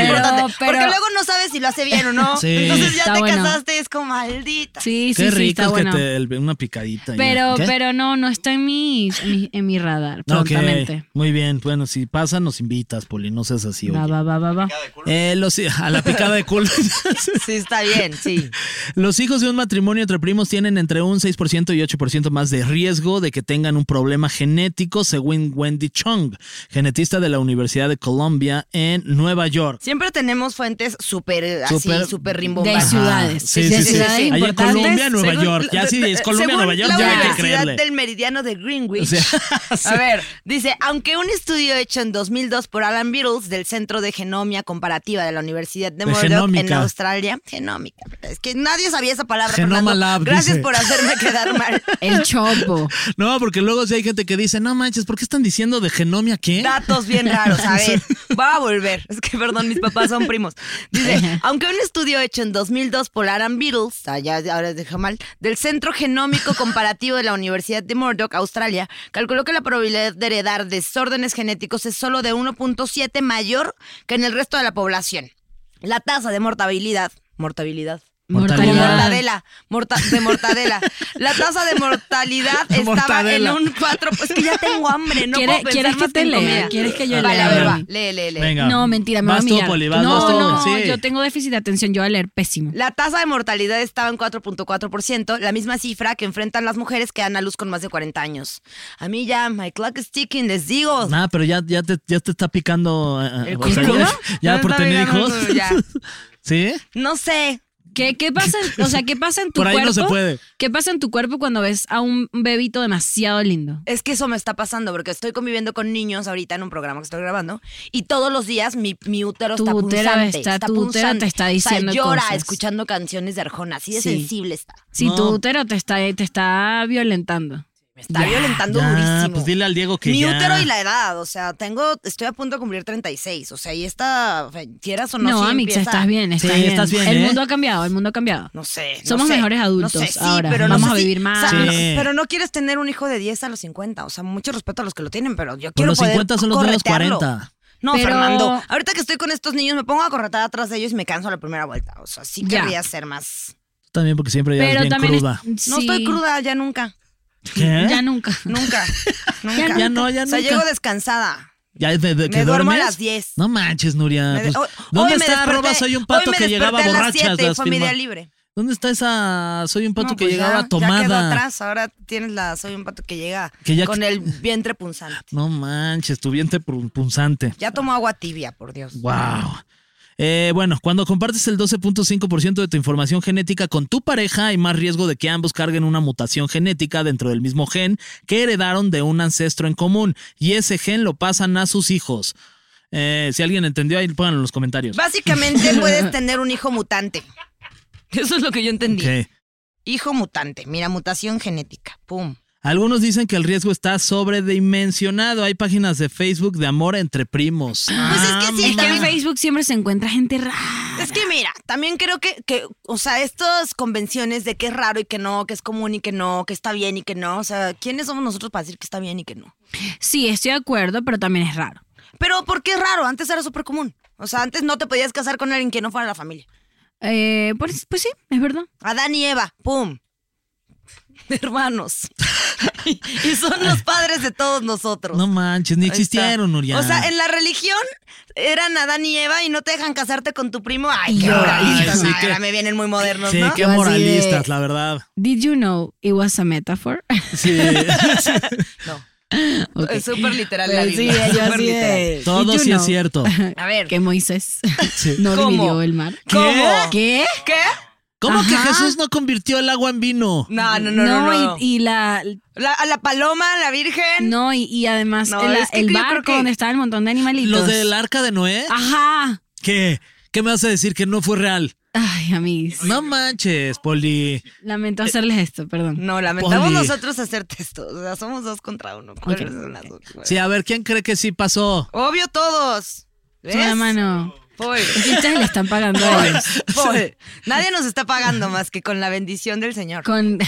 B: Ay,
C: importante.
D: pero-
C: Porque luego no sabes si lo hace bien o no.
B: Sí.
C: Entonces ya
D: Está
C: te
D: bueno.
C: casaste, es como maldita.
D: Sí, sí,
B: Qué
D: sí,
B: rico
D: está
B: es
D: bueno.
B: que te el- una picadita. y-
D: Pero,
B: ¿Qué?
D: pero no, no está en mi, en mi, en mi radar,
B: Ok,
D: prontamente.
B: Muy bien, bueno, si pasa nos invitas, Poli, no seas así.
D: Va,
B: oye.
D: va, va, va, va.
B: Eh, los, a la picada de culo.
C: Sí, está bien, sí.
B: Los hijos de un matrimonio entre primos tienen entre un 6% y 8% más de riesgo de que tengan un problema genético, según Wendy Chung, genetista de la Universidad de Columbia en Nueva York.
C: Siempre tenemos fuentes súper
B: Súper-
C: así, súper
D: De
C: rimbombantes.
D: ciudades.
B: Sí,
D: de
B: sí, sí.
D: ciudades
C: Ahí en
B: Allá en
D: importantes.
B: Colombia, Nueva
C: Según
B: York. Ya
C: la-
B: sí, es Colombia,
C: según
B: Nueva York,
C: la
B: ya hay que
C: Universidad
B: creerle.
C: del Meridiano de Greenwich.
B: O sea,
C: A ver, dice, aunque un estudio hecho en 2002 por Alan Beatles del Centro de Genomia Comparativa de la Universidad de,
B: De
C: Murdoch en
B: genómica.
C: Australia, genómica, es que nadie sabía esa palabra.
B: Genoma
C: Fernando.
B: Lab,
C: Gracias
B: dice.
C: por hacerme quedar mal.
D: El chopo.
B: No, porque luego sí hay gente que dice, no manches, ¿por qué están diciendo de genomia qué?
C: Datos bien raros, a ver, va a volver. Es que, perdón, mis papás son primos. Dice, aunque un estudio hecho en 2002 por Alan Beatles, allá ahora es de Jamal, del Centro Genómico Comparativo de la Universidad de Murdoch, Australia, calculó que la probabilidad de heredar desórdenes genéticos es solo de 1.7 mayor que en el resto de la población. La tasa de mortabilidad. Mortabilidad.
B: Mortalidad.
C: Como
B: Calidad.
C: mortadela, morta- de mortadela. La tasa de mortalidad estaba
B: Mortadela.
C: en un 4. Pues que ya tengo hambre, no
D: ¿Quiere-
C: puedo pensar
D: ¿Quieres que
C: más
D: te
C: en
D: lea?
C: comida.
D: ¿Quieres que yo
C: Vale,
D: lea?
C: a ver,
D: Poli?
C: va. Lee, lee, lee.
B: Venga.
D: No, mentira, me
B: Vas
D: voy
B: tú,
D: a humillar.
B: Poli, vas,
D: no,
B: vas tú.
D: no,
B: Sí.
D: yo tengo déficit de atención, yo voy a leer pésimo.
C: La tasa de mortalidad estaba en 4.4%, la misma cifra que enfrentan las mujeres que dan a luz con más de 40 años. A mí ya, my clock is ticking, les digo.
B: Nada, Ah, pero ya, ya, te, ya te está picando. eh,
C: ¿El
B: o sea,
C: culo?
B: ya- ya
C: Ya
B: por
C: está
B: tener
C: picando
B: hijos.
C: el culo, ya.
B: ¿Sí?
C: No sé.
D: ¿Qué, qué pasa? en- O sea, ¿qué pasa en tu
B: Por ahí
D: cuerpo?
B: no se puede.
D: ¿Qué pasa en tu cuerpo cuando ves a un bebito demasiado lindo?
C: Es que eso me está pasando porque estoy conviviendo con niños ahorita en un programa que estoy grabando y todos los días mi, mi útero
D: Tu
C: está
D: útero
C: punzante.
D: está-
C: está
D: tu útero
C: punzante.
D: te está
C: O sea,
D: diciendo
C: llora
D: cosas.
C: escuchando canciones de Arjona, así de
D: Sí.
C: sensible está.
D: Si
B: No.
D: tu útero te está, te está violentando.
C: Me está violentando
B: Ya,
C: durísimo.
B: Pues dile al Diego que
C: mi
B: ya.
C: útero y la edad, o sea, tengo, estoy a punto de cumplir 36, o sea, y esta, quieras o no,
D: No,
C: sí
D: Amix,
C: empieza-
D: estás bien, estás
B: Sí,
D: bien.
B: estás bien,
D: el
B: ¿eh?
D: mundo ha cambiado, el mundo ha cambiado.
C: No sé. no
D: Somos
C: sé,
D: mejores adultos
C: no sé, sí,
D: ahora,
C: Pero no
D: vamos
C: sé
D: a
C: si-
D: vivir
C: o sea,
D: más.
C: no-
B: Sí.
C: pero no quieres tener un hijo de 10 a los 50. O sea, mucho respeto a los que lo tienen, pero yo
B: Por
C: quiero
B: Pues los
C: poder
B: 50 son los de los
C: corretearlo.
B: 40.
C: No,
D: Pero-
C: Fernando. Ahorita que estoy con estos niños, me pongo a corretar atrás de ellos y me canso a la primera vuelta. O sea, sí
D: Ya.
C: querría ser más.
B: También porque siempre ya es
D: Pero
B: bien
D: también es-
B: cruda. ¿Eh?
C: No
D: sí.
C: estoy cruda ya nunca.
B: ¿Qué?
D: Ya nunca.
C: Nunca. nunca.
B: Ya no, ya
C: O sea,
B: nunca.
C: llego descansada.
B: ¿Ya es de, de que
C: Me duermo a
B: duermes?
C: las 10.
B: No manches, Nuria.
C: Me de-
B: pues,
C: hoy- hoy
B: ¿Dónde
C: me
B: está
C: desperté-
B: arroba soy un
C: hoy
B: pato
C: me
B: que llegaba
C: desperté a las
B: borracha?
C: 7 y
B: las
C: fue mi día
B: filma-
C: libre.
B: ¿Dónde está esa soy un pato
C: No,
B: que
C: pues
B: llegaba
C: ya,
B: tomada?
C: Ya quedó atrás. Ahora tienes la soy un pato que llega
B: Que ya-
C: con el vientre punzante.
B: No manches, tu vientre pun- punzante.
C: Ya tomó agua tibia, por Dios.
B: Wow. Eh, bueno, cuando compartes el 12.5% de tu información genética con tu pareja, hay más riesgo de que ambos carguen una mutación genética dentro del mismo gen que heredaron de un ancestro en común y ese gen lo pasan a sus hijos. Eh, si alguien entendió, ahí pónganlo en los comentarios.
C: Básicamente puedes tener un hijo mutante. Eso es lo que yo entendí.
B: Ok.
C: Hijo mutante, mira, mutación genética. Pum.
B: Algunos dicen que el riesgo está sobredimensionado. Hay páginas de Facebook de amor entre primos.
C: Pues es que sí,
D: Ah, Es que en
C: también-
D: Facebook siempre se encuentra gente
B: Ah.
D: rara.
C: Es que mira, también creo que, que, o sea, estas convenciones de que es raro y que no, que es común y que no, que está bien y que no, o sea, ¿quiénes somos nosotros para decir que está bien y que no?
D: Sí, estoy de acuerdo, pero también es raro.
C: Pero ¿por qué es raro? Antes era súper común. O sea, antes no te podías casar con alguien que no fuera de la familia.
D: Eh, pues, pues sí, es verdad.
C: Adán y Eva, pum. Hermanos. y son los padres de todos nosotros.
B: No manches, ni
C: pues, Ahí está.
B: existieron, Nuria.
C: O sea, en la religión eran Adán y Eva y no te dejan casarte con tu primo. Ay, qué
B: Ay,
C: moralistas.
B: sí,
C: ay,
B: qué-
C: ahora me vienen muy modernos,
B: Sí,
C: ¿no?
B: qué
D: Yo así
B: moralistas,
D: de-
B: la verdad.
D: Did you know it was a metaphor?
B: Sí.
C: No.
D: Ok.
C: Es súper literal la
D: Pues
C: Biblia.
D: sí, yo
C: súper
D: así de-
C: literal.
D: Did
B: Todo
D: you
B: sí es
D: know
B: cierto.
C: eh. A ver,
D: Que Moisés
B: Sí.
D: no
C: ¿Cómo?
D: dividió el mar.
C: ¿Cómo?
D: ¿Qué?
C: ¿qué?
B: ¿Cómo que
D: Ajá.
B: Jesús no convirtió el agua en vino?
C: No, no, no, no. no.
D: Y, y la
C: La- a la paloma, a la virgen.
D: no y, y además
C: No,
D: el,
C: es que
D: el
C: yo creo
D: barco
C: que-
D: donde estaba el montón de animalitos.
B: ¿Los del arca de Noé?
C: Ah.
D: Ajá.
B: ¿Qué? ¿Qué me vas a decir que no fue real?
D: Ay, amigos.
B: No manches, Poli.
D: Lamento hacerles esto, perdón.
C: No, lamentamos
B: Poli.
C: nosotros hacerte esto. O sea, somos dos contra uno. ¿Cuál es una azul?
B: Sí, a ver, ¿quién cree que sí pasó?
C: Obvio todos. ¿Ves?
D: Sube la mano.
C: Paul.
D: Es que ustedes le están pagando a ellos.
C: Paul. Nadie nos está pagando más que con la bendición del Señor.
D: Con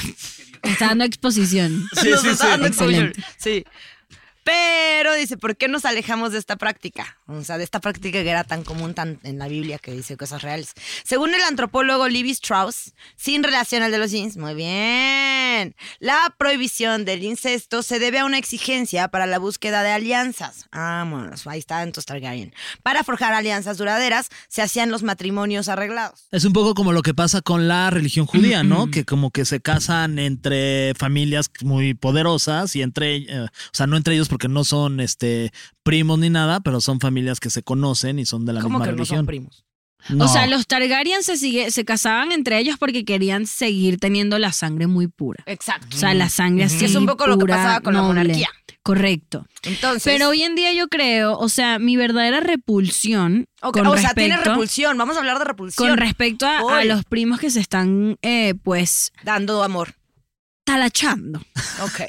D: está dando exposición.
C: nos está dando exposure.
D: Excelente.
C: Sí. Pero dice, ¿por qué nos alejamos de esta práctica? O sea, de esta práctica que era tan común tan en la Biblia que dice cosas reales. Según el antropólogo Libby Strauss, sin relación al de los jeans, muy bien. La prohibición del incesto se debe a una exigencia para la búsqueda de alianzas. Vámonos, ahí está entonces Targaryen. Para forjar alianzas duraderas se hacían los matrimonios arreglados.
B: Es un poco como lo que pasa con la religión judía, ¿no? Que como que se casan entre familias muy poderosas y entre, eh, o sea, no entre ellos porque no son este primos ni nada, pero son familias que se conocen y son de la
C: Como
B: misma
C: que no
B: religión.
C: son primos.
B: No.
D: O sea, los Targaryen se sigue, se casaban entre ellos porque querían seguir teniendo la sangre muy pura.
C: Exacto.
D: O sea, la sangre así.
C: Que es un poco lo que
D: pura,
C: pasaba con la
D: noble.
C: monarquía.
D: Correcto.
C: Entonces,
D: Pero hoy en día yo creo, o sea, mi verdadera repulsión
C: Ok,
D: con
C: o sea,
D: respecto,
C: tiene repulsión. Vamos a hablar de repulsión.
D: con respecto a, a
C: Voy.
D: los primos que se están, eh, pues,
C: Dando amor.
D: talachando.
C: Ok.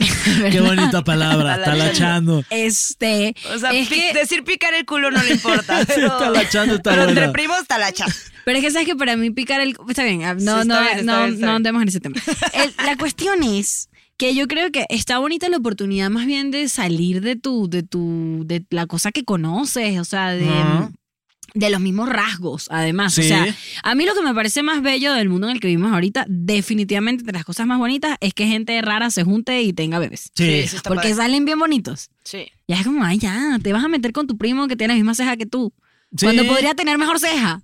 B: Qué bonita palabra, talachando.
D: Este,
C: O sea,
D: es
C: pi-
D: que,
C: decir picar el culo no le importa. Pero,
B: talachando está
C: pero entre
B: buena.
C: primos talacha.
D: pero es que sabes que para mí picar el, está bien, ah, no,
C: Sí,
D: no,
C: está bien, está
D: no,
C: bien, está
D: no
C: bien.
D: andemos en ese tema. El- la cuestión es que yo creo que está bonita la oportunidad más bien de salir de tu, de tu, de la cosa que conoces, o sea, de,
B: Ajá.
D: de los mismos rasgos, además. O
B: Sí.
D: sea, a mí lo que me parece más bello del mundo en el que vivimos ahorita, definitivamente entre las cosas más bonitas, es que gente rara se junte y tenga bebés.
B: Sí.
C: Sí, sí está
D: Porque
C: padre.
D: salen bien bonitos.
C: Sí.
D: Ya es como, ay, ya, te vas a meter con tu primo que tiene la misma ceja que tú.
B: Sí.
D: Cuando podría tener mejor ceja.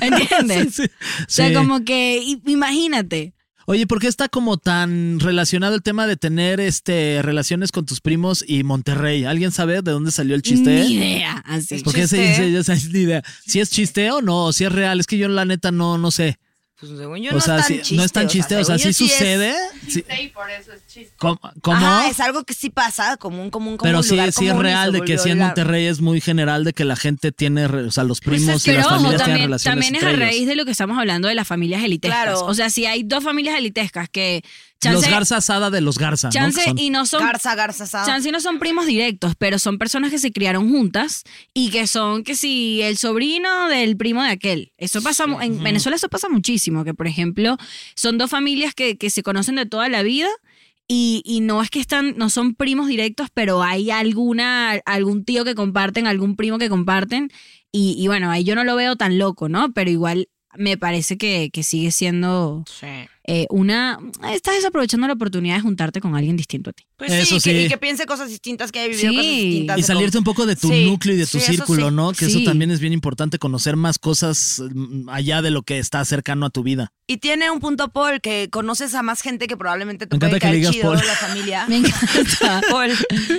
D: ¿Entiendes?
B: Sí, sí.
D: O sea,
B: Sí.
D: como que, i- imagínate.
B: Oye, ¿por qué está como tan relacionado el tema de tener este relaciones con tus primos y Monterrey? ¿Alguien sabe de dónde salió el chiste?
D: Ni idea. Así.
B: Porque ese,
C: Chiste.
B: ese- esa es la idea. Si es chiste o no, si es real, es que yo la neta no, no sé.
C: Pues según yo
B: o sea,
C: no, es
B: si-
C: tan chiste,
B: no es tan chiste, o sea,
C: según
B: sí
C: yo es-
B: sucede. Sí. ¿Cómo? cómo?
C: Ajá, es algo que sí pasa, común, común, común.
B: Pero sí,
C: lugar
B: sí es
C: común y
B: real
C: se
B: de que
C: volvió
B: sí en
C: la-
B: Monterrey es muy general de que la gente tiene, re- o sea, los primos y
D: Pero
B: las
D: ojo,
B: familias tienen
D: también,
B: relaciones
D: también es a
B: entre
D: raíz
B: ellos.
D: de lo que estamos hablando de las familias elitescas.
C: Claro.
D: O sea, si hay dos familias elitescas que chance,
B: los Garza Sada de los Garza, ¿no? Que
D: chance
B: son-
D: y no son
C: Garza, garza, asado.
D: Chance y no son primos directos, pero son personas que se criaron juntas y que son que si el sobrino del primo de aquel. Eso pasa mu- en Venezuela eso pasa muchísimo, que por ejemplo, son dos familias que, que se conocen de toda la vida y, y no es que están no son primos directos, pero hay alguna algún tío que comparten, algún primo que comparten y, y bueno, ahí yo no lo veo tan loco, ¿no? Pero igual me parece que, que sigue siendo
C: Sí.
D: eh, una... Estás desaprovechando la oportunidad de juntarte con alguien distinto a ti.
C: Pues
B: Eso
C: sí, que-
B: sí.
C: y que piense cosas distintas, que haya vivido
D: Sí.
C: cosas distintas.
B: Y
C: de
B: salirte
C: cómo-
B: un poco de tu
C: Sí,
B: núcleo y de tu
C: sí, eso
B: círculo,
C: sí.
B: ¿no? Que
D: Sí.
B: eso también es bien importante, conocer más cosas mm, allá de lo que está cercano a tu vida.
C: Y tiene un punto Paul, que conoces a más gente que probablemente te
B: Me encanta
C: puede
B: que le digas
C: caer chido
B: Paul.
C: la familia.
D: Me encanta.
C: Paul,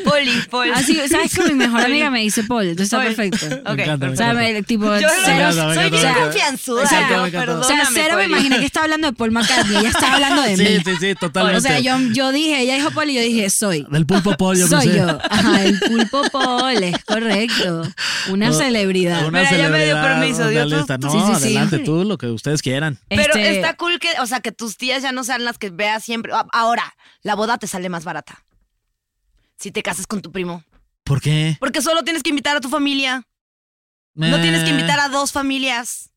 C: Poli, Paul.
D: Así, Ah, ¿sabes que mi mejor amiga me dice Paul? Entonces está
C: Paul.
D: perfecto.
C: Ok,
B: Me encanta, me
D: O sea,
B: encanta.
D: me- tipo,
C: Yo lo-
D: cero,
B: encanta, me
C: soy bien
B: encanta.
C: confianzuda,
D: Exacto,
C: ¿no?
B: me encanta.
D: o sea,
C: Perdóname,
D: cero me
C: Poli.
D: imaginé que estaba hablando de Paul McCartney. Ella estaba hablando de mí.
B: Sí, sí, sí, totalmente.
D: O sea, yo, yo dije, ella dijo Paul y yo dije, soy.
B: Del pulpo pollo, no
D: soy
B: sé.
D: yo. Ajá, el pulpo Paul, es correcto. Una
B: No,
D: celebridad.
B: Una
C: Mira, ya me dio
B: celebridad,
C: permiso,
B: una
C: Dios, tú-
B: lista.
C: tú-
B: No,
D: Sí, sí, sí.
B: adelante tú, lo que ustedes quieran.
C: Pero
D: Este,
C: está cool que, o sea, que tus tías ya no sean las que veas siempre. A- Ahora, la boda te sale más barata. Si te casas con tu primo.
B: ¿Por qué?
C: Porque solo tienes que invitar a tu familia. No tienes
B: Eh,
D: Eh.
C: que invitar a dos familias.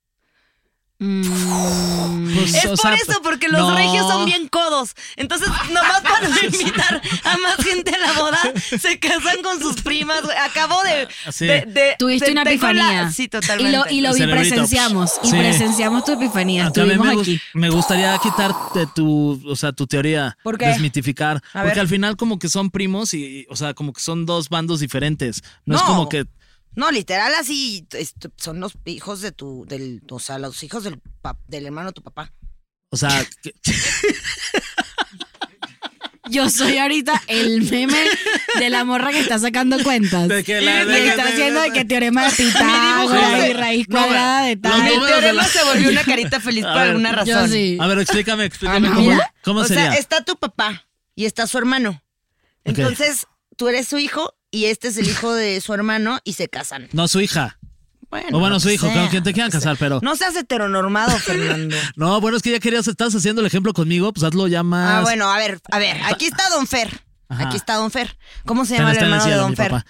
D: mm,
B: Pues,
C: Es
B: o
C: por
B: sea,
C: eso, porque los
B: no.
C: regios son bien codos. Entonces, nomás para no invitar a más gente a la boda, se casan con sus primas. güey. Acabo de.
B: Sí.
C: de- de-
D: Tuviste
C: de-
D: una
C: tengo la-
D: epifanía.
C: Sí,
D: y
C: totalmente.
D: lo, y lo vi,
B: Cerebrito.
D: presenciamos. Y
B: Sí.
D: presenciamos tu epifanía.
B: Aunque a mí
D: Estuvimos
B: me, gus-
D: aquí.
B: me gustaría quitar de tu, o sea, tu teoría,
C: ¿Por qué?
B: desmitificar,
C: A
B: porque
C: ver.
B: al final como que son primos y, y, o sea, como que son dos bandos diferentes. No, es
C: No.
B: como que
C: No, literal, así es- son los hijos de tu. Del, o sea, los hijos del, pa- del hermano de tu papá.
B: O sea, que-
D: Yo soy ahorita el meme de la morra que está sacando cuentas.
B: De que la-
D: y
B: de que-
D: está haciendo de que teorema de
C: dibujo
D: Pitágoras
C: de-
D: y raíz
B: no,
D: cuadrada de
B: los
D: tal.
B: números-
C: El
B: números de
C: teorema
B: la-
C: se volvió una carita feliz por
B: ver,
C: alguna
D: Yo
C: razón.
D: sí.
B: a ver, explícame, explícame
D: Ah, no.
B: cómo,
D: Mira.
B: cómo
C: o
B: sería.
C: sea, está tu papá y está su hermano.
B: Ok.
C: Entonces, tú eres su hijo y este es el hijo de su hermano y se casan.
B: No su hija.
C: Bueno,
B: o bueno, su
C: lo que
B: hijo,
C: sea.
B: con quien te quieran casar, pero
C: No seas heteronormado, Fernando.
B: No, bueno, es que ya querías, estás haciendo el ejemplo conmigo, pues hazlo ya más.
C: ah, bueno, a ver, a ver, aquí está Don Fer.
B: Ajá.
C: Aquí está Don Fer. ¿Cómo se
B: Está en-
C: llama el
B: está en el
C: hermano de
B: cielo,
C: Don
B: mi
C: Fer?
B: papá.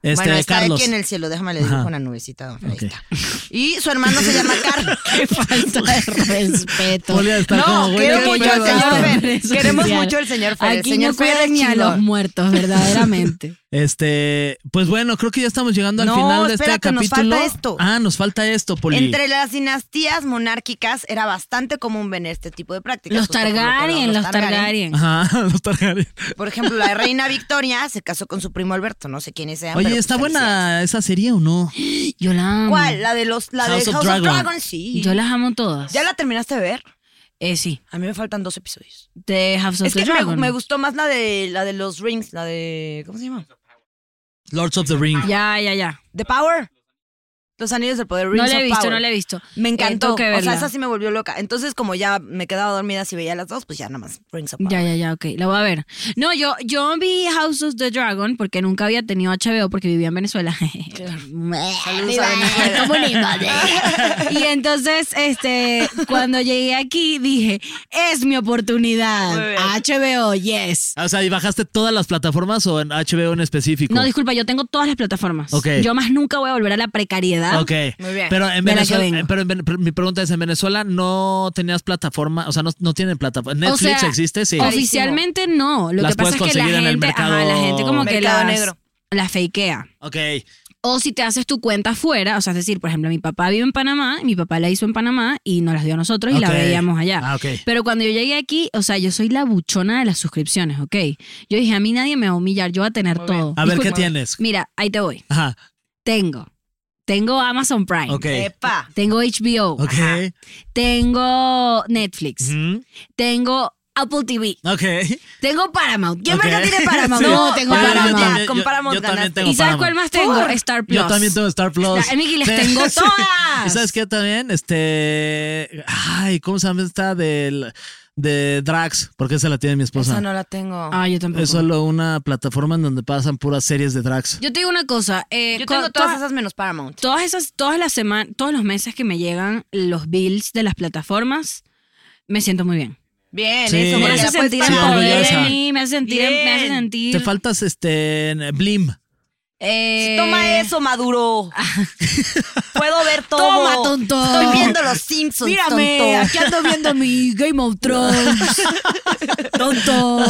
B: Este,
C: bueno, está
B: Carlos.
C: aquí en el cielo, déjame le dibujo
B: Ajá.
C: una nubecita a Don Fer. ahí
B: Ok.
C: está. Y su hermano se llama Carlos.
D: Qué falta de respeto.
B: Poli está como,
C: No,
B: güey,
C: quiero
B: ¿qué
C: mucho
B: pedo?
C: al señor
D: Está
C: Fer.
D: presencial.
C: Queremos mucho al señor Fer. El
D: Aquí
C: señor
D: no cuidan ni a los muertos, verdaderamente.
B: Este, pues bueno, creo que ya estamos llegando al
C: No,
B: final de este
C: espérate, nos
B: capítulo.
C: falta esto.
B: Ah, nos falta esto, Poli.
C: Entre las dinastías monárquicas era bastante común ver este tipo de prácticas.
D: Los
C: justo como lo que
D: Targaryen,
C: hablamos,
D: los Targaryen.
B: Ajá, los Targaryen.
C: Por ejemplo, la reina Victoria se casó con su primo Alberto, no sé quiénes sean.
B: Oye,
C: pero,
B: ¿está
C: pues, parecía.
B: buena esa serie o no?
D: Yo la amo.
C: ¿Cuál? La de los la
B: House
C: de
B: of
C: House
B: Dragon.
C: of Dragon, sí.
D: Mm. Yo las amo todas.
C: ¿Ya la terminaste de ver?
D: Eh, sí.
C: A mí me faltan dos episodios.
D: De House of
C: es que
D: the
C: me-
D: Dragon.
C: Me, gustó más la de la de los rings, la de ¿cómo se llama?
B: Lords of the Ring.
D: Ya, ya, ya.
C: The Power. Los anillos del poder, Rings
D: No la
C: of
D: he visto,
C: Power.
D: no la he visto.
C: Me
D: Eh,
C: encantó.
D: tengo que
C: o sea,
D: verla.
C: esa sí me volvió loca. Entonces, como ya me quedaba dormida si veía las dos, pues ya nada más Rings of Power.
D: Ya, ya, ya, ok. La voy a ver. No, yo, yo vi House of the Dragon porque nunca había tenido HBO porque vivía en Venezuela.
C: Saludos a Venezuela.
D: y entonces, este, cuando llegué aquí dije, es mi oportunidad.
C: Muy bien.
D: HBO, yes.
B: O sea, ¿y bajaste todas las plataformas o en HBO en específico?
D: No, disculpa, yo tengo todas las plataformas.
B: Ok.
D: Yo más nunca voy a volver a la precariedad.
B: Ok.
C: Muy bien.
B: Pero en
D: De la que
B: Venezuela,
D: vengo.
B: pero en Ven- pero mi pregunta es, ¿en Venezuela no tenías plataforma? O sea, no, no tienen plataforma. ¿Netflix
D: sea,
B: existe? Sí.
D: Oficialmente no. Lo
B: Las
D: que pasa
B: puedes
D: es que la
B: conseguir en
D: gente,
B: el mercado-
D: ajá, la gente como que
C: Mercado
D: las,
C: negro.
D: las fakea.
B: Ok.
D: O si te haces tu cuenta fuera, o sea, es decir, por ejemplo, mi papá vive en Panamá, mi papá la hizo en Panamá y nos las dio a nosotros y la
B: Ok.
D: veíamos allá.
B: Ah, ok.
D: Pero cuando yo llegué aquí, o sea, yo soy la buchona de las suscripciones, ¿ok? Yo dije, a mí nadie me va a humillar, yo voy a tener
E: Muy bien.
D: todo.
B: A ver, ¿qué
D: Disculpa.
B: tienes?
D: Mira, ahí te voy.
B: Ajá,
D: Tengo. Tengo Amazon Prime.
B: ok.
C: Epa.
D: Tengo HBO.
B: Ok.
D: Tengo Netflix.
B: Ujú,
D: Tengo Apple TV.
B: Ok.
D: Tengo Paramount. ¿Quién
B: Ok.
D: verga tiene Paramount?
B: Sí.
D: No, tengo
B: Yo- yo
D: Paramount.
B: también-
C: con
B: yo-
C: Paramount
B: yo también
C: ganaste.
B: tengo
D: ¿Y sabes cuál
B: Paramount.
D: más tengo? Star Plus.
B: Yo también tengo Star Plus.
D: Está- Miki, las
B: Sí.
D: tengo todas.
B: ¿Y sabes qué también? Este. Ay, ¿cómo se llama esta del, de Drax? Porque esa la tiene mi esposa.
C: Esa no la tengo.
D: Ah, yo tampoco.
B: Es solo una plataforma en donde pasan puras series de drags.
D: Yo te digo una cosa. eh,
C: Yo
D: con-
C: tengo todas esas menos Paramount.
D: Todas esas, todas las semanas, todos los meses que me llegan los bills de las plataformas, me siento muy bien.
C: Bien,
B: Sí.
C: eso.
D: Me
C: porque
D: hace
C: la puedes
D: sentir en
C: pagar.
D: poder de
B: orgullosa.
D: mí, me hace sentir, en- me hace
C: Bien.
D: sentir.
B: pues, Te faltas este en Blim.
D: eh,
C: Toma eso, Maduro. Puedo ver todo.
D: Toma, tonto.
C: Estoy viendo los Simpsons,
D: Mírame,
C: tonto.
D: aquí ando viendo mi Game of Thrones. Tonto.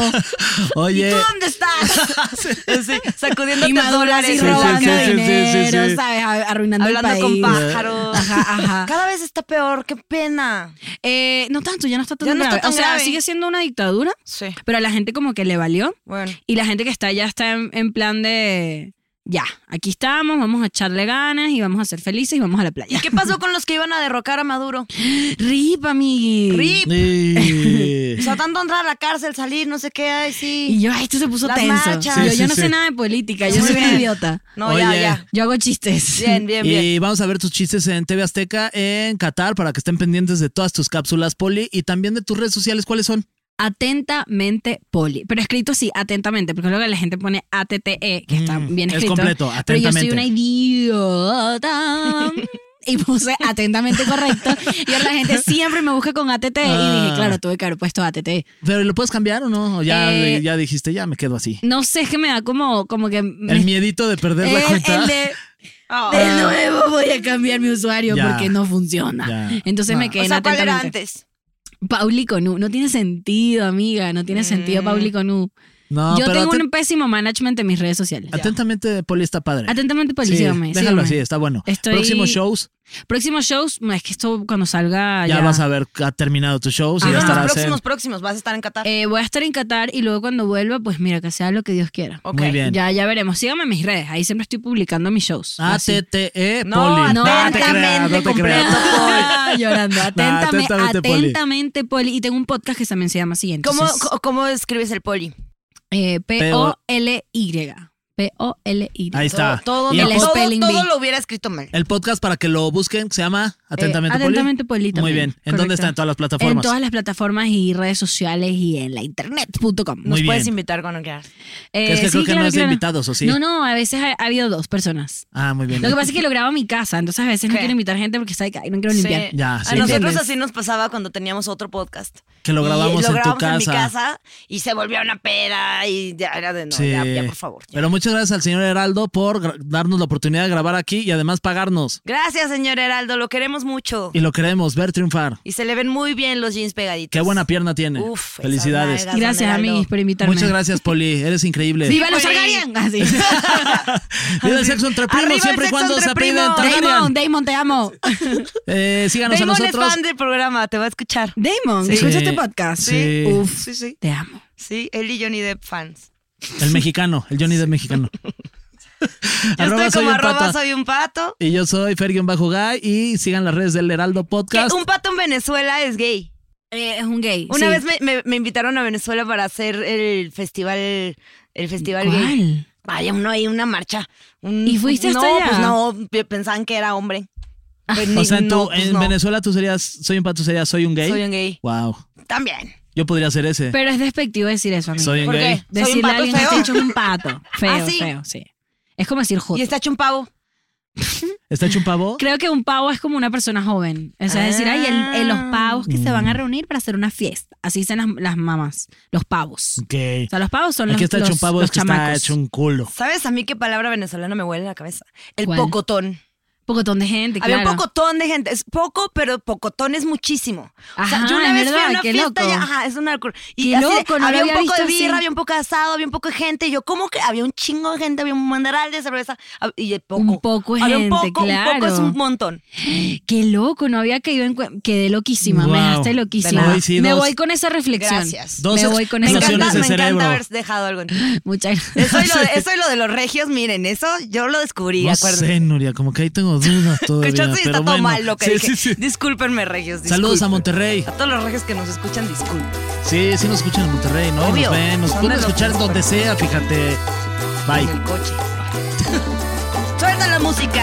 B: Oye,
C: ¿Y tú dónde estás? sí, sacudiéndote
D: Y maduras
B: Sí,
C: dólares.
D: y
B: sí,
D: robando
B: sí, sí, sí,
D: dinero,
B: sí.
D: ¿sabes? A- Arruinando el
C: Hablando
D: país.
C: con pájaros.
D: Ajá, ajá.
C: Cada vez está peor, qué pena.
D: Eh, no tanto, ya no está tan
C: Ya no está
D: grave.
C: tan
D: o sea,
C: grave.
D: sigue siendo una dictadura,
C: Sí,
D: pero a la gente como que le valió.
C: bueno.
D: Y la gente que está allá está en, en plan de, ya, aquí estamos, vamos a echarle ganas y vamos a ser felices y vamos a la
C: ¿Y
D: playa.
C: qué pasó con los que iban a derrocar a Maduro?
D: Rip, amigui.
C: RIP.
B: y-
C: O sea, tanto entrar a la cárcel, salir, no sé qué, ay,
D: Y
C: sí.
D: yo, ay, esto se puso
C: Las
D: tenso.
C: marchas.
D: yo
B: Sí,
D: yo
B: sí,
D: no
B: sí.
D: sé nada de política, yo
C: Muy
D: soy una
C: bien.
D: idiota.
C: No, ya,
B: Oye.
C: ya.
D: Yo hago chistes.
C: Bien, bien, bien.
B: y vamos a ver tus chistes en TV Azteca en Qatar para que estén pendientes de todas tus cápsulas, Poli, y también de tus redes sociales. ¿Cuáles son?
D: Atentamente Poli. Pero escrito así, atentamente, porque luego la gente pone ATTE, E, que está
B: Mm,
D: bien
B: es
D: escrito.
B: completo,
D: Pero yo soy una
B: atentamente.
D: idiota. Y puse atentamente correcto. Y ahora la gente siempre me busca con ATTE. E. Y
B: Ah.
D: dije, claro, tuve que haber puesto ATTE.
B: ¿Pero lo puedes cambiar o no? ¿O ya,
D: Eh,
B: ya dijiste, ya me quedo así.
D: No sé, es que me da como, como que. me-
B: El miedito de perder la
D: El-
B: cuenta.
D: el de,
C: Ah.
D: de nuevo voy a cambiar mi usuario
B: Ya.
D: porque no funciona.
B: Ya.
D: Entonces me
B: No.
D: quedé
C: Ah. o sea,
D: en
C: ¿cuál era
D: atentamente.
C: antes?
D: Pauli Conú. No tiene sentido, amiga. No tiene sentido,
C: Mm.
D: Pauli Conú.
B: No,
D: Yo
B: pero
D: tengo
B: aten-
D: un pésimo management en mis redes sociales.
B: atentamente, Poli está padre.
D: Atentamente, Poli.
B: Sí,
D: síganme,
B: déjalo
D: síganme.
B: así, está bueno.
D: Estoy-
B: Próximos shows,
D: Próximos shows, es que esto cuando salga
B: ya, vas a ver, ha terminado tus shows y
C: Ah,
B: ya
C: no, los
B: estarás en.
C: próximos, próximos, vas a estar en Qatar.
D: Eh, voy a estar en Qatar y luego cuando vuelva, pues mira, que sea lo que Dios quiera.
C: Ok.
B: Muy bien. Ah,
D: Ya, ya veremos. Síganme en mis redes. Ahí siempre estoy publicando mis shows. Así.
B: ATTE,
C: No,
B: E, Poli.
D: Ah, no,
B: te creas, no te
C: atentamente
B: creas.
C: completo.
D: Ah, Llorando. Atentame,
B: atentamente, Poli.
D: atentamente, Poli. Y tengo un podcast que también se llama siguiente.
C: ¿Cómo, co- ¿Cómo escribes el poli?
B: eh,
D: P-O-L-Y. P-O-L-Y.
B: Ahí está.
C: Todo,
B: Y
D: el
C: todo, todo,
D: spelling bee.
C: todo lo hubiera escrito mal.
B: El podcast para que lo busquen se llama Atentamente,
D: Eh, Atentamente, Poli.
B: Poli. Muy
D: también.
B: bien. ¿En
D: Correcto.
B: dónde está? En todas las plataformas.
D: En todas las plataformas y redes sociales y en la internet.com.
B: Muy
C: Nos puedes
B: bien.
C: invitar cuando quieras.
D: Eh,
B: Que es que
D: sí,
B: creo que
D: claro,
B: no es de
D: claro.
B: invitados, ¿o sí?
D: No, no, a veces ha, ha habido dos personas.
B: Ah, muy bien.
D: Lo que pasa es que lo grabo a mi casa, entonces a veces no
C: Ok.
D: quiero invitar gente porque sabe que ay, no quiero limpiar.
C: Sí.
B: Ya,
C: a
B: sí,
C: nosotros
D: entiendes.
C: así nos pasaba cuando teníamos otro podcast.
B: Que lo
C: Y
B: grabamos,
C: lo grabamos
B: en
C: en
B: tu
C: mi
B: casa.
C: casa y se volvió una peda y ya era de no,
B: Sí.
C: ya, ya, por favor. ya.
B: Pero muchas gracias al señor Heraldo por gra- darnos la oportunidad de grabar aquí y además pagarnos.
C: Gracias, señor Heraldo, lo queremos mucho.
B: Y lo queremos ver triunfar.
C: Y se le ven muy bien los jeans pegaditos.
B: Qué buena pierna tiene.
C: Uf, esas
B: Felicidades.
C: nalgas.
D: Gracias,
C: Don Heraldo.
D: amigos, por invitarme.
B: Muchas gracias, Poli. Eres increíble.
D: ¡Viva los
C: Poli.
D: Targaryen! Así.
B: Viva el sexo entre primos,
C: Arriba el
B: siempre y
C: sexo
B: cuando
C: entre
B: se apelliden
C: primos.
D: Damon,
B: Targaryen.
D: Damon, te amo.
B: Eh, síganos a
C: Damon es
B: nosotros.
C: fan del programa, te va a escuchar.
D: Damon,
C: Sí.
D: ¿escuchas este podcast?
B: Sí.
D: Uf,
C: Sí, sí.
D: te amo.
C: Sí, él y Johnny Depp fans.
B: El mexicano, el Johnny Depp mexicano.
C: Yo
B: Arroba
C: estoy como
B: soy un
C: arroba
B: pata.
C: soy un pato.
B: Y yo soy Fergion Bajo Guy y sigan las redes del Heraldo
C: Que
B: Podcast.
C: un pato en Venezuela es gay.
D: Eh, es un gay.
C: Una
D: sí.
C: vez me, me- me invitaron a Venezuela para hacer el festival, el festival gay.
D: ¿Cuál?
C: Vaya, uno ahí, una marcha. Un-
D: ¿Y fuiste hasta
C: no,
D: allá?
C: Pues no, pe- pensaban que era hombre. Pues ni-
B: Ah. o sea, en, tu-
C: no, pues
B: en
C: no.
B: Venezuela tú serías, soy un pato, serías, soy un gay.
C: Soy un gay.
B: Wow.
C: También.
B: Yo podría ser ese.
D: Pero es despectivo decir eso, amigo.
B: soy un
C: ¿Por
B: gay.
C: qué? Soy un
D: Decirle a
C: pato
D: alguien que está
C: feo.
D: hecho un pato. Feo,
C: ¿Ah, sí?
D: feo, sí. Es como decir joto.
C: Y está hecho un pavo.
B: ¿Está hecho un pavo?
D: Creo que un pavo es como una persona joven. O sea, es decir, hay el- el- los pavos que se van
B: Ah.
D: a reunir para hacer una fiesta. Así dicen las, las mamás, los pavos. O
B: Ok.
D: sea, los pavos son los
B: Aquí está hecho un
D: los-
B: pavo, es
D: los
B: que está
D: chamacos.
B: hecho un culo.
C: ¿Sabes a mí qué palabra venezolana me huele en la cabeza? El
D: ¿Cuál?
C: pocotón.
D: pocotón de gente,
C: Había
D: claro.
C: un pocotón de gente. Es poco, pero pocotón es muchísimo. o
D: Ajá,
C: sea, yo una vez
D: ¿verdad?
C: fui a una
D: Qué
C: fiesta
D: loco.
C: ya- ajá, es una locura. Y
D: Qué
C: así de-
D: loco, no lo
C: había un poco
D: había
C: de
D: visto así.
C: birra, había un poco de asado, había un poco de gente. Y yo, ¿cómo que? Había un chingo de gente, había un mandaral de cerveza. hab- Y de poco.
D: Un poco de
C: había un
D: gente,
C: poco, un poco es
D: claro.
C: un montón.
D: Qué loco, no había caído en cuenta. Quedé loquísima, me
B: Wow.
D: dejaste
C: De
D: loquísima.
C: nada.
B: Sí,
D: me
B: dos-
D: voy con esa reflexión.
C: Gracias.
B: Dos
D: me voy con
C: Me
D: esa
B: explosiones
C: encanta,
B: de
C: me
B: cerebro.
C: encanta haber dejado algo en ti.
D: Muchas gracias.
C: Eso y, lo, de- eso y lo de los regios, miren, eso yo lo descubrí,
B: No
C: acuérdense.
B: sé, Nuria, como que ahí tengo dudas todavía.
C: Escuchó, sí,
B: pero
C: está todo
B: bueno.
C: mal lo que
B: Sí,
C: dije.
B: sí, sí.
C: Discúlpenme, regios.
B: Saludos a
C: disculpen.
B: Monterrey.
C: A todos los regios que nos escuchan, disculpen.
B: Sí, sí nos escuchan en Monterrey, ¿no? Y nos
C: Obvio.
B: ven, nos
C: Son
B: pueden
C: de los
B: escuchar donde
C: mejores.
B: sea, fíjate.
C: En
B: Bye.
C: el coche. Suelta la música.